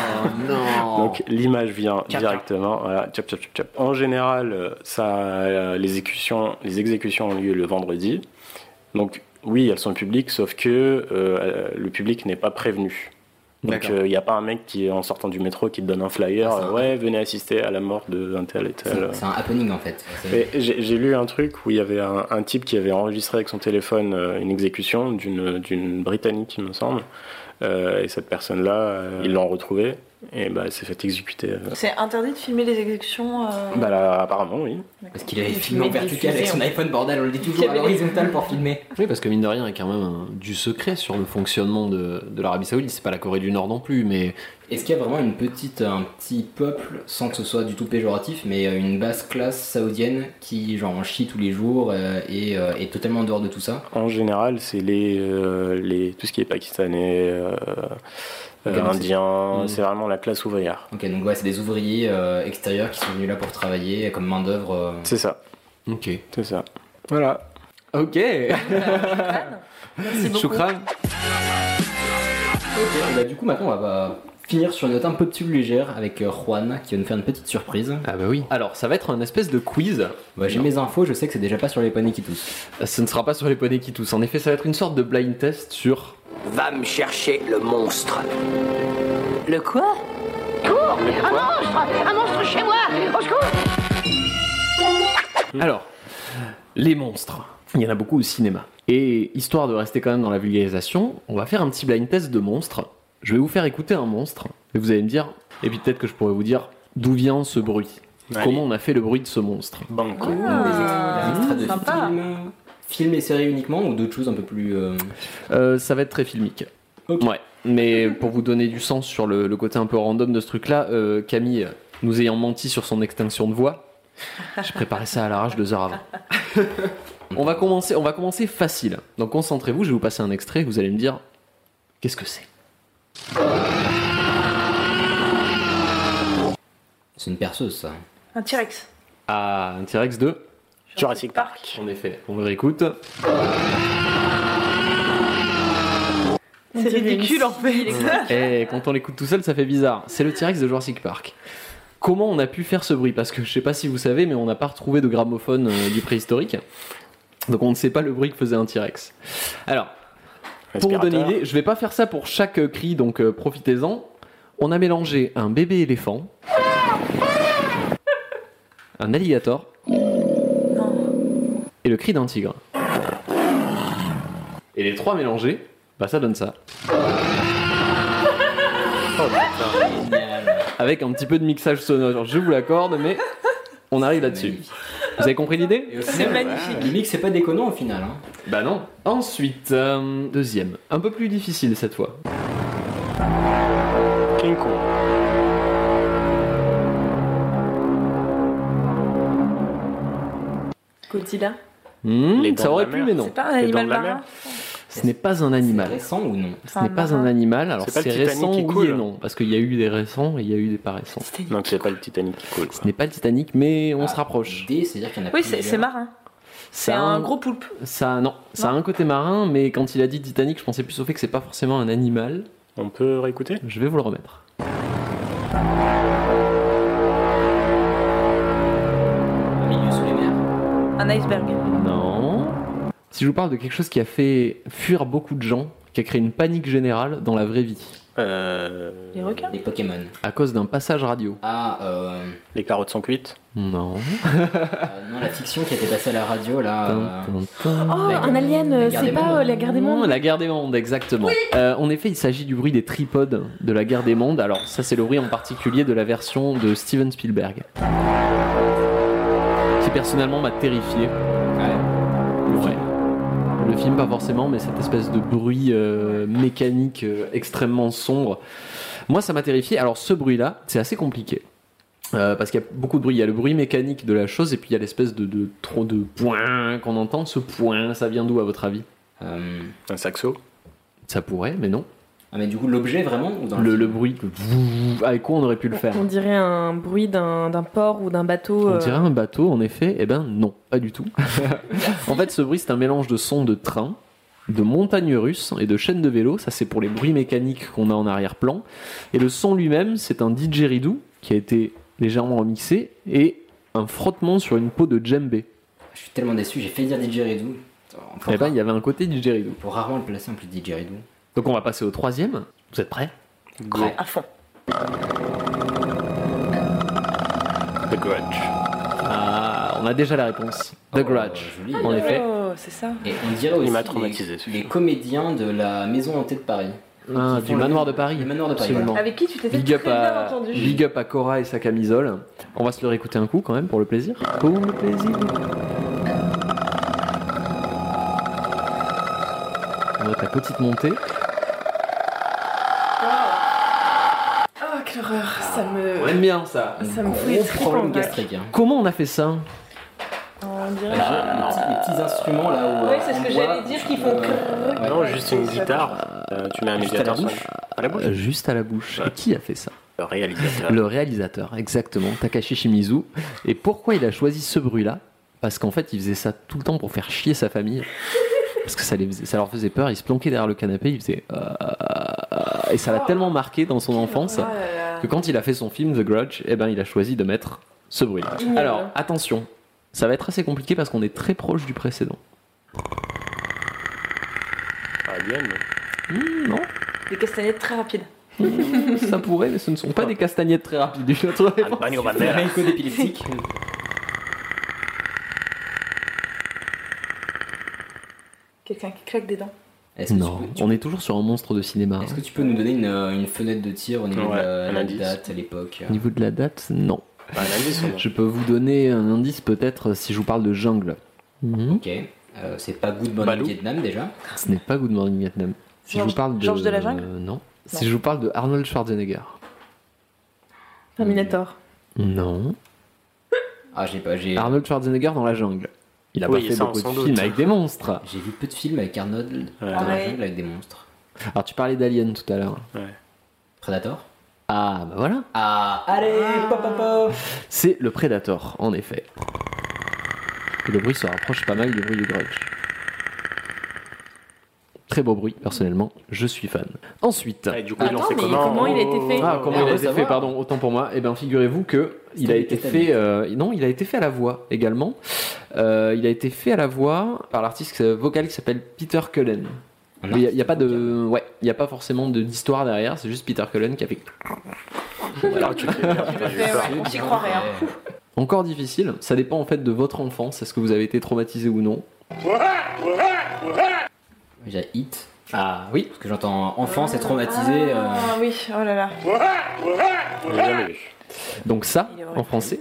Speaker 6: non
Speaker 8: Donc l'image vient
Speaker 1: Tchap,
Speaker 8: directement. Voilà, tchap, tchap, tchap, tchap. En général, euh, ça, euh, les, exécutions, les exécutions ont lieu le vendredi. Donc oui, elles sont publiques, sauf que euh, euh, le public n'est pas prévenu. Donc
Speaker 6: D'accord.
Speaker 8: il n'y a pas un mec qui, en sortant du métro, qui te donne un flyer.
Speaker 1: Ah, c'est
Speaker 8: euh,
Speaker 1: un-
Speaker 8: ouais, venez assister à la mort d'un tel et tel.
Speaker 1: C'est c'est un happening en fait. C'est-
Speaker 8: Et J'ai j'ai lu un truc où il y avait un, un type qui avait enregistré avec son téléphone euh, une exécution d'une d'une Britannique, il me semble. Euh, et cette personne-là, euh, ils l'ont retrouvée et bah, elle s'est fait exécuter. euh.
Speaker 7: C'est interdit de filmer les exécutions. euh,
Speaker 8: Bah là, apparemment, oui.
Speaker 1: Parce qu'il avait
Speaker 9: Il
Speaker 1: filmé en
Speaker 9: filmait des
Speaker 1: vertical avec
Speaker 9: fusées,
Speaker 1: son iPhone, bordel, on le dit toujours à
Speaker 7: avait des-
Speaker 1: l'horizontale pour filmer.
Speaker 6: Oui, parce que mine de rien, il y a quand même un- du secret sur le fonctionnement de, de l'Arabie Saoudite. C'est pas la Corée du Nord non plus, mais
Speaker 1: Est-ce qu'il y a vraiment une petite, un petit peuple, sans que ce soit du tout péjoratif, mais euh, une basse classe saoudienne qui genre en chie tous les jours euh, et euh, est totalement en dehors de tout ça
Speaker 8: En général, c'est les, euh, les, tout ce qui est pakistanais, euh, euh,
Speaker 1: Ok,
Speaker 8: indien,
Speaker 6: Hmm.
Speaker 1: Mm.
Speaker 8: c'est vraiment la classe ouvrière.
Speaker 1: Ok, donc ouais, c'est des ouvriers euh, extérieurs qui sont venus là pour travailler comme main d'œuvre. euh.
Speaker 8: C'est ça,
Speaker 6: Ok.
Speaker 8: c'est ça. Voilà.
Speaker 6: Ok.
Speaker 9: Merci beaucoup.
Speaker 6: Choukran.
Speaker 1: Et bah, du coup, maintenant, on va bah, finir sur une note un peu plus légère avec euh, Juan qui va nous faire une petite surprise.
Speaker 6: Ah bah oui. Alors, ça va être un espèce de quiz.
Speaker 1: Bah, J'ai
Speaker 6: Non.
Speaker 1: mes infos, je sais que c'est déjà pas sur les poneys qui toussent.
Speaker 6: Ce ne sera pas sur les poneys qui toussent. En effet, ça va être une sorte de blind test sur.
Speaker 10: Va me chercher le monstre.
Speaker 11: Le quoi
Speaker 5: Un monstre chez moi Au secours
Speaker 6: Alors, les monstres. Il y en a beaucoup au cinéma. Et histoire de rester quand même dans la vulgarisation, on va faire un petit blind test de monstres. Je vais vous faire écouter un monstre, et vous allez me dire, et puis peut-être que je pourrais vous dire d'où vient ce bruit.
Speaker 8: Allez.
Speaker 6: Comment on a fait le bruit de ce monstre
Speaker 8: Banco.
Speaker 9: Ah,
Speaker 6: Ah,
Speaker 1: Des extraits de
Speaker 11: sympa.
Speaker 1: films, films et séries uniquement ou d'autres choses un peu plus. euh,
Speaker 6: Euh, Ça va être très filmique.
Speaker 1: Ok.
Speaker 6: Ouais, mais pour vous donner du sens sur le, le côté un peu random de ce truc-là, euh, Camille, nous ayant menti sur son extinction de voix, j'ai préparé ça à l'arrache deux heures avant. on, va commencer, on va commencer facile. Donc concentrez-vous, je vais vous passer un extrait, vous allez me dire qu'est-ce que c'est.
Speaker 1: C'est une perceuse, ça.
Speaker 7: Un T-Rex.
Speaker 6: Ah, un T-Rex 2
Speaker 8: Jurassic Park.
Speaker 6: En effet, on le réécoute.
Speaker 9: On
Speaker 7: C'est
Speaker 9: dirait
Speaker 7: ridicule
Speaker 9: une-
Speaker 7: en fait.
Speaker 6: Et Eh, quand on l'écoute tout seul, ça fait bizarre. C'est le T-Rex de Jurassic Park. Comment on a pu faire ce bruit Parce que je sais pas si vous savez, mais on n'a pas retrouvé de gramophone euh, du préhistorique. Donc on ne sait pas le bruit que faisait un T-Rex. Alors, pour vous donner une idée, je vais pas faire ça pour chaque euh, cri, donc euh, profitez-en. On a mélangé un bébé éléphant, un alligator et le cri d'un tigre. Et les trois mélangés, bah ça donne ça. Avec un petit peu de mixage sonore, je vous l'accorde, mais on arrive là-dessus. Vous avez compris l'idée
Speaker 1: (laughs) C'est magnifique. Le mix, c'est pas déconnant au final. Hein.
Speaker 6: Bah non. Ensuite, euh, deuxième, un peu plus difficile cette fois.
Speaker 8: King Kong.
Speaker 9: Godzilla.
Speaker 6: Hmm,
Speaker 8: Les dents
Speaker 6: ça
Speaker 8: de
Speaker 6: aurait
Speaker 8: la
Speaker 6: pu,
Speaker 8: mer.
Speaker 6: mais non.
Speaker 7: C'est pas un
Speaker 8: Les dents
Speaker 7: animal
Speaker 8: de la
Speaker 7: marin.
Speaker 8: mer.
Speaker 6: Ce n'est pas un animal.
Speaker 1: Récent ou non
Speaker 6: Ce n'est pas un animal. Alors
Speaker 8: C'est pas
Speaker 6: c'est
Speaker 8: le Titanic
Speaker 6: récent
Speaker 8: qui
Speaker 6: oui
Speaker 8: coule.
Speaker 6: et non, parce qu'il y a eu des récents et il y a eu des pas récents.
Speaker 8: Non, c'est pas le Titanic qui coule.
Speaker 6: Ce n'est pas le Titanic, mais on
Speaker 1: Ah,
Speaker 6: se rapproche.
Speaker 1: D, c'est-à-dire qu'il y en a
Speaker 7: Oui, c'est
Speaker 1: plusieurs.
Speaker 7: c'est marin. C'est
Speaker 6: Ça a
Speaker 7: un gros poulpe.
Speaker 6: Ça, non, ça a un côté marin, mais quand il a dit Titanic, je pensais plus au fait que c'est pas forcément un animal.
Speaker 8: On peut réécouter
Speaker 6: Je vais vous le remettre.
Speaker 1: Milieu sous les mers.
Speaker 7: Un iceberg.
Speaker 6: Non. Si je vous parle de quelque chose qui a fait fuir beaucoup de gens, qui a créé une panique générale dans la vraie vie,
Speaker 8: Euh,
Speaker 7: Les requins.
Speaker 1: Les Pokémon.
Speaker 6: à cause d'un passage radio.
Speaker 1: Ah, euh,
Speaker 8: Les carottes sont cuites.
Speaker 6: Non.
Speaker 1: euh, non, la fiction qui était passée à la radio là. euh,
Speaker 6: Tin, tin, tin.
Speaker 9: Oh,
Speaker 1: La-
Speaker 9: un alien, euh,
Speaker 1: la guerre
Speaker 9: c'est
Speaker 1: des
Speaker 9: pas
Speaker 1: mondes.
Speaker 9: euh, la guerre des mondes.
Speaker 6: Ah. La guerre des mondes, exactement. Euh, en effet, il s'agit du bruit des tripodes de la guerre des mondes. Alors, ça, c'est le bruit en particulier de la version de Steven Spielberg. Qui personnellement m'a terrifié. Ouais. Le film, pas forcément, mais cette espèce de bruit euh, mécanique euh, extrêmement sombre. Moi, ça m'a terrifié. Alors, ce bruit-là, c'est assez compliqué. Euh, parce qu'il y a beaucoup de bruit. Il y a le bruit mécanique de la chose, et puis il y a l'espèce de, de trop de point qu'on entend. Ce point, ça vient d'où, à votre avis
Speaker 1: euh,
Speaker 8: Un saxo.
Speaker 6: ça pourrait, mais non.
Speaker 1: Ah, mais du coup, l'objet vraiment ou dans
Speaker 6: Le,
Speaker 1: film
Speaker 6: le bruit, le vouh, avec quoi on aurait pu le faire
Speaker 9: On dirait un bruit d'un d'un port ou d'un bateau.
Speaker 6: On
Speaker 9: euh,
Speaker 6: dirait un bateau, en effet. Eh ben non, pas du tout. en fait, ce bruit, c'est un mélange de sons de train, de montagnes russes et de chaînes de vélo. Ça, c'est pour les bruits mécaniques qu'on a en arrière-plan. Et le son lui-même, c'est un didgeridoo qui a été légèrement remixé et un frottement sur une peau de djembé.
Speaker 1: Je suis tellement déçu, j'ai fait dire Didgeridoo. On peut,
Speaker 6: Eh ben, il y avait un côté didgeridoo.
Speaker 1: on peut rarement le placer en plus de Didgeridoo.
Speaker 6: Donc, on va passer au troisième. Vous êtes prêts
Speaker 1: Ouais.
Speaker 7: À fond.
Speaker 8: The Grudge.
Speaker 6: Ah, On a déjà la réponse. The
Speaker 1: Oh,
Speaker 6: Grudge.
Speaker 1: joli.
Speaker 6: En effet.
Speaker 7: Oh, c'est ça.
Speaker 1: Et on dirait aussi
Speaker 8: m'a
Speaker 1: les-
Speaker 8: traumatisé, ce
Speaker 1: les,
Speaker 8: film.
Speaker 1: comédiens de la maison hantée de Paris.
Speaker 6: Ah,
Speaker 1: Qui
Speaker 6: du
Speaker 1: font euh, le-
Speaker 6: manoir de Paris.
Speaker 1: Le manoir de Paris.
Speaker 6: Absolument.
Speaker 7: Avec qui tu t'es
Speaker 6: Big
Speaker 7: fait
Speaker 6: up,
Speaker 7: très bien
Speaker 6: à,
Speaker 7: entendu.
Speaker 6: big up à Cora et sa camisole. On va se le réécouter un coup quand même pour le plaisir. Pour le plaisir.
Speaker 7: Oh,
Speaker 6: On note la petite montée.
Speaker 9: Ça me-
Speaker 6: On aime bien ça.
Speaker 9: Ça me fout les
Speaker 1: Gros
Speaker 9: tripes en
Speaker 1: problème
Speaker 9: vrai.
Speaker 1: gastrique. hein.
Speaker 6: Comment on a fait ça
Speaker 9: On dirait-
Speaker 1: Là, j'ai les, petits, les petits instruments là où.
Speaker 7: Ouais,
Speaker 1: euh,
Speaker 7: c'est ce
Speaker 1: on
Speaker 7: que
Speaker 1: boit.
Speaker 7: j'allais dire, qu'ils font crrrr.
Speaker 1: Ouais.
Speaker 8: Ah Non, juste une guitare. Euh, tu mets un
Speaker 1: Juste
Speaker 8: médiateur
Speaker 1: à la
Speaker 8: sur- à la bouche.
Speaker 6: Euh, Juste à la bouche.
Speaker 8: Ouais.
Speaker 6: Qui a fait ça
Speaker 8: Le réalisateur.
Speaker 6: Le réalisateur, exactement, Takashi Shimizu. Et pourquoi il a choisi ce bruit-là Parce qu'en fait, il faisait ça tout le temps pour faire chier sa famille. Parce que ça, les faisait- ça leur faisait peur, ils se planquaient derrière le canapé, ils faisaient. euh, et ça l'a
Speaker 7: Oh.
Speaker 6: tellement marqué dans son enfance
Speaker 9: Oh là là.
Speaker 7: euh,
Speaker 6: que quand il a fait son film The Grudge, eh ben, il a choisi de mettre ce bruit-là.
Speaker 9: Génial.
Speaker 6: Alors, attention, ça va être assez compliqué parce qu'on est très proche du précédent.
Speaker 8: Alien, mais-
Speaker 6: Hmm, non,
Speaker 7: Des castagnettes très rapides.
Speaker 6: ça pourrait, mais ce ne sont pas des castagnettes très rapides. Une autre réponse.
Speaker 8: Antonio
Speaker 1: C'est
Speaker 8: Banderas.
Speaker 1: un code épileptique.
Speaker 7: Quelqu'un qui claque des dents.
Speaker 1: Est-ce que tu
Speaker 6: (laughs) Non,
Speaker 1: peux- tu-
Speaker 6: on est toujours sur un monstre de cinéma. hein.
Speaker 1: Est-ce que tu peux nous donner une, euh, une fenêtre de tir au niveau
Speaker 8: Ouais,
Speaker 1: de la,
Speaker 8: un
Speaker 1: la
Speaker 8: indice.
Speaker 1: date, à l'époque euh,
Speaker 6: Au niveau de la date, non.
Speaker 8: Bah, un indice,
Speaker 6: Je peux vous donner un indice peut-être si je vous parle de jungle. Mhm.
Speaker 1: Ok. Euh, c'est pas Good Morning
Speaker 8: Balou.
Speaker 1: Vietnam déjà.
Speaker 6: Ce n'est pas Good Morning Vietnam. Si je
Speaker 7: Georges-
Speaker 6: vous parle de...
Speaker 7: Georges de la jungle
Speaker 6: euh, non. Si je vous parle de Arnold Schwarzenegger.
Speaker 9: Terminator.
Speaker 6: Non.
Speaker 1: Ah, j'ai pas. J'ai
Speaker 6: Arnold Schwarzenegger dans la jungle. Il a
Speaker 8: Oui,
Speaker 6: pas fait
Speaker 8: ça,
Speaker 6: beaucoup
Speaker 8: sans
Speaker 6: de
Speaker 8: doute.
Speaker 6: films avec des monstres.
Speaker 1: j'ai vu peu de films avec Arnold
Speaker 8: Ouais.
Speaker 1: dans la
Speaker 7: Pareil.
Speaker 1: jungle avec des monstres.
Speaker 6: Alors tu parlais d'Alien tout à l'heure.
Speaker 1: Predator
Speaker 6: Ah bah voilà.
Speaker 1: Ah, allez, pop, pop, pop
Speaker 6: C'est le Predator en effet. Et le bruit se rapproche pas mal du bruit du grudge. Très beau bruit, personnellement, je suis fan. Ensuite,
Speaker 8: Et du coup,
Speaker 9: Attends,
Speaker 8: il en sait
Speaker 9: mais
Speaker 8: comment
Speaker 9: comment il a été fait
Speaker 6: Ah, comment
Speaker 1: on
Speaker 6: il
Speaker 1: veut
Speaker 6: a été fait,
Speaker 1: Ah, savoir.
Speaker 6: pardon, autant pour moi. Eh bien, figurez-vous que il a
Speaker 1: qu'il
Speaker 6: été
Speaker 1: était
Speaker 6: fait.
Speaker 1: habillé.
Speaker 6: euh, non, il a été fait à la voix également. Euh, il a été fait à la voix par l'artiste vocal qui s'appelle Peter Cullen. Mais Il n'y a, pas de, ouais, il y a pas forcément de- d'histoire derrière. C'est juste Peter Cullen qui a fait.
Speaker 8: Alors, tu fais merde, putain, j'ai eu peur.
Speaker 7: On s'y croirait. hein.
Speaker 6: Encore difficile. Ça dépend en fait de votre enfance. Est-ce que vous avez été traumatisé ou non
Speaker 1: J'ai hit.
Speaker 6: Ah oui.
Speaker 1: Parce que j'entends enfant, c'est traumatisé. euh,
Speaker 7: Ah oui, oh là là.
Speaker 8: J'ai
Speaker 9: Ah
Speaker 8: jamais vu.
Speaker 6: Donc ça,
Speaker 7: Il est horrible.
Speaker 6: en français,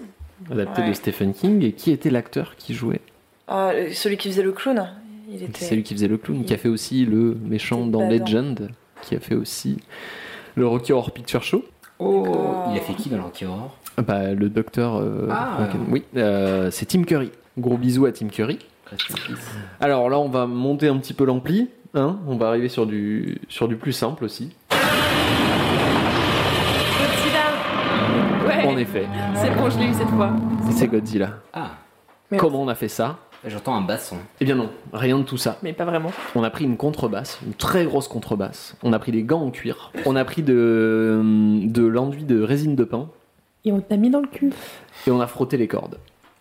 Speaker 6: adapté de
Speaker 7: Ouais.
Speaker 6: Stephen King. Et qui était l'acteur qui jouait
Speaker 7: Ah, euh, celui qui faisait le clown, il était.
Speaker 6: C'est lui qui faisait le clown, qui a fait aussi le méchant
Speaker 7: C'était
Speaker 6: dans
Speaker 7: badant.
Speaker 6: Legend, qui a fait aussi le Rocky Horror Picture Show.
Speaker 1: Oh Il a fait qui dans Rocky Horror
Speaker 6: Bah, le docteur. euh,
Speaker 1: Ah.
Speaker 6: Franken- Oui, euh, c'est Tim Curry. Gros bisous à Tim Curry.
Speaker 1: Rest in peace.
Speaker 6: Alors là, on va monter un petit peu l'ampli. hein. on va arriver sur du, sur du plus simple aussi.
Speaker 9: Godzilla.
Speaker 6: En
Speaker 9: Ouais,
Speaker 6: effet,
Speaker 9: c'est bon, je l'ai eu cette fois.
Speaker 6: c'est Godzilla.
Speaker 1: Ah,
Speaker 9: Mais-
Speaker 6: Comment on a fait ça
Speaker 1: j'entends un basson.
Speaker 6: Eh bien non, rien de tout ça.
Speaker 9: Mais pas vraiment.
Speaker 6: On a pris une contrebasse, une très grosse contrebasse. On a pris des gants en cuir. On a pris de, de l'enduit de résine de pain.
Speaker 9: Et on t'a mis dans le cul.
Speaker 6: Et on a frotté les cordes.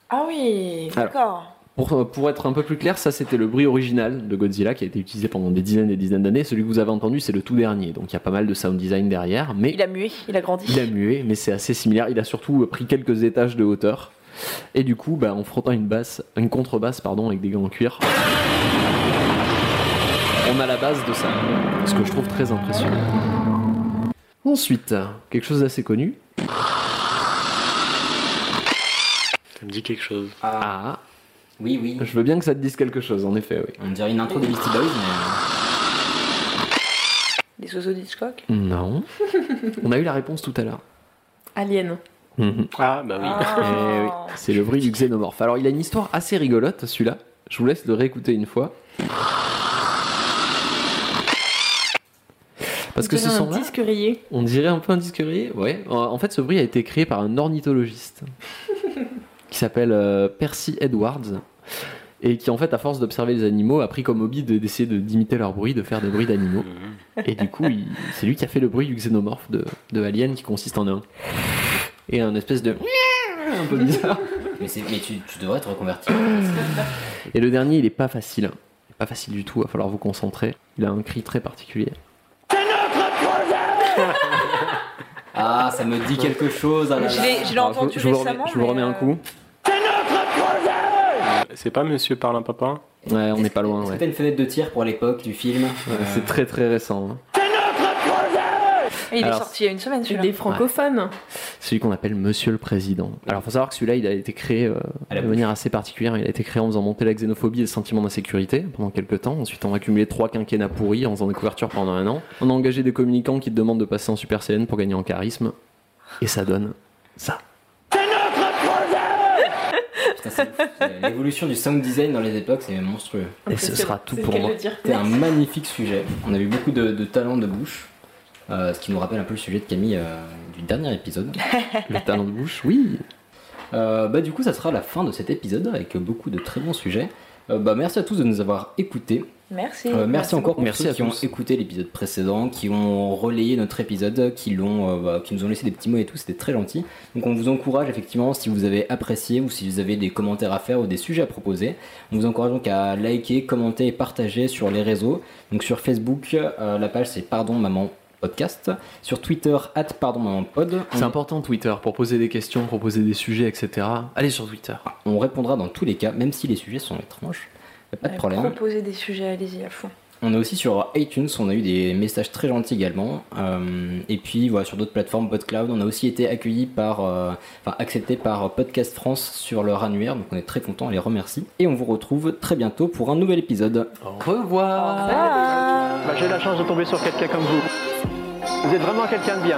Speaker 7: Ah oui,
Speaker 6: Alors.
Speaker 7: d'accord.
Speaker 6: Pour, pour être un peu plus clair, ça c'était le bruit original de Godzilla qui a été utilisé pendant des dizaines et des dizaines d'années. Celui que vous avez entendu, c'est le tout dernier. Donc il y a pas mal de sound design derrière, mais
Speaker 7: Il a mué, il a grandi.
Speaker 6: il a mué, mais c'est assez similaire. Il a surtout pris quelques étages de hauteur. Et du coup, bah, en frottant une basse, une contrebasse pardon, avec des gants en cuir, on a la base de ça. Ce que je trouve très impressionnant. Ensuite, quelque chose d'assez connu.
Speaker 8: Ça me dit quelque chose.
Speaker 1: Ah,
Speaker 6: Ah,
Speaker 1: oui, oui.
Speaker 6: je veux bien que ça te dise quelque chose, en effet, oui.
Speaker 1: On dirait une intro des Beastie Boys, mais.
Speaker 7: Les oiseaux d'Hitchcock.
Speaker 6: Non. On a eu la réponse tout à l'heure.
Speaker 9: Alien.
Speaker 6: Mhm.
Speaker 8: Ah, bah oui.
Speaker 6: Eh oui, c'est le bruit du xénomorphe. Alors, il a une histoire assez rigolote, celui-là. Je vous laisse le réécouter une fois. Parce que ce
Speaker 9: J'avais un
Speaker 6: son-là,
Speaker 9: disque rayé.
Speaker 6: on dirait un peu un disque rayé. Ouais. En- En fait, ce bruit a été créé par un
Speaker 9: (laughs)
Speaker 6: ornithologiste qui s'appelle euh, Percy Edwards et qui, en fait, à force d'observer les animaux, a pris comme hobby de- d'essayer de- d'imiter leur bruit, de faire des bruits d'animaux.
Speaker 8: Mhm.
Speaker 6: Et du coup, il- c'est lui qui a fait le bruit du xénomorphe de, de Alien qui consiste en un et un espèce de un peu bizarre.
Speaker 1: euh, Mais, c'est- mais tu, tu devrais te reconvertir.
Speaker 6: Et le dernier, il est pas facile. hein. Il est Pas facile du tout, va falloir vous concentrer. Il a un cri très particulier.
Speaker 1: Ah, ça me dit quelque chose. Ah, là,
Speaker 7: Je
Speaker 1: là.
Speaker 7: l'ai je l'ai
Speaker 6: Alors, je vous-
Speaker 7: entendu
Speaker 6: je vous remets,
Speaker 7: récemment.
Speaker 6: je vous
Speaker 7: mais,
Speaker 6: remets un
Speaker 7: euh,
Speaker 6: coup.
Speaker 8: C'est pas Monsieur Parle un Papa
Speaker 6: Ouais, on
Speaker 1: Est-ce
Speaker 6: n'est pas
Speaker 1: que-
Speaker 6: loin,
Speaker 1: Est-ce
Speaker 6: ouais.
Speaker 1: que t'as une fenêtre de tir pour l'époque du film
Speaker 6: Ouais,
Speaker 1: Euh,
Speaker 6: C'est très très récent. hein.
Speaker 7: et Il est
Speaker 6: Alors.
Speaker 7: sorti il y a une semaine
Speaker 9: Il
Speaker 7: celui-là.
Speaker 9: est francophone.
Speaker 6: Celui qu'on appelle Monsieur le Président. Alors, faut savoir que celui-là, il a été créé euh,
Speaker 1: À la
Speaker 6: de
Speaker 1: bouche.
Speaker 6: manière assez particulière. Il a été créé en faisant monter la xénophobie et le sentiment d'insécurité pendant quelques temps. Ensuite, on a accumulé trois quinquennats pourris en faisant des couvertures pendant un an. On a engagé des communicants qui te demandent de passer en Super Saiyan pour gagner en charisme. Et ça donne ça.
Speaker 1: C'est notre
Speaker 7: (laughs)
Speaker 1: L'évolution du sound design dans les époques, c'est monstrueux.
Speaker 6: Et ce sera tout pour moi.
Speaker 1: C'était un magnifique sujet. On a eu beaucoup de, de talent de bouche. euh, ce qui nous rappelle un peu le sujet de Camille euh, du dernier épisode.
Speaker 6: Le talent de bouche, oui.
Speaker 1: Euh, bah, du coup, ça sera la fin de cet épisode avec beaucoup de très bons sujets. Euh, bah, merci à tous de nous avoir écoutés.
Speaker 7: Merci.
Speaker 1: Euh, merci, encore
Speaker 7: beaucoup.
Speaker 1: pour ceux qui ont écouté l'épisode précédent, qui ont relayé notre épisode, qui, l'ont, euh, bah, qui nous ont laissé des petits mots et tout, c'était très gentil. Donc on vous encourage effectivement si vous avez apprécié ou si vous avez des commentaires à faire ou des sujets à proposer. On vous encourage donc à liker, commenter et partager sur les réseaux. Donc sur Facebook, euh, la page c'est Pardon Maman Podcast. Sur Twitter, at Pardon Maman Pod.
Speaker 6: C'est important Twitter pour poser des questions, proposer des sujets, etc. Allez sur Twitter.
Speaker 1: On répondra dans tous les cas, même si les sujets sont étranges. Y a Pas de problème.
Speaker 7: Proposer des sujets, allez-y à fond.
Speaker 1: On est aussi sur iTunes, on a eu des messages très gentils également. Euh, et puis voilà, sur d'autres plateformes, PodCloud, on a aussi été accueillis par, euh, enfin accepté par Podcast France sur leur annuaire, donc on est très content, on les remercie. Et on vous retrouve très bientôt pour un nouvel épisode.
Speaker 6: Au revoir. Ah.
Speaker 12: Bah, J'ai la chance de tomber sur quelqu'un comme vous. Vous êtes vraiment quelqu'un de bien.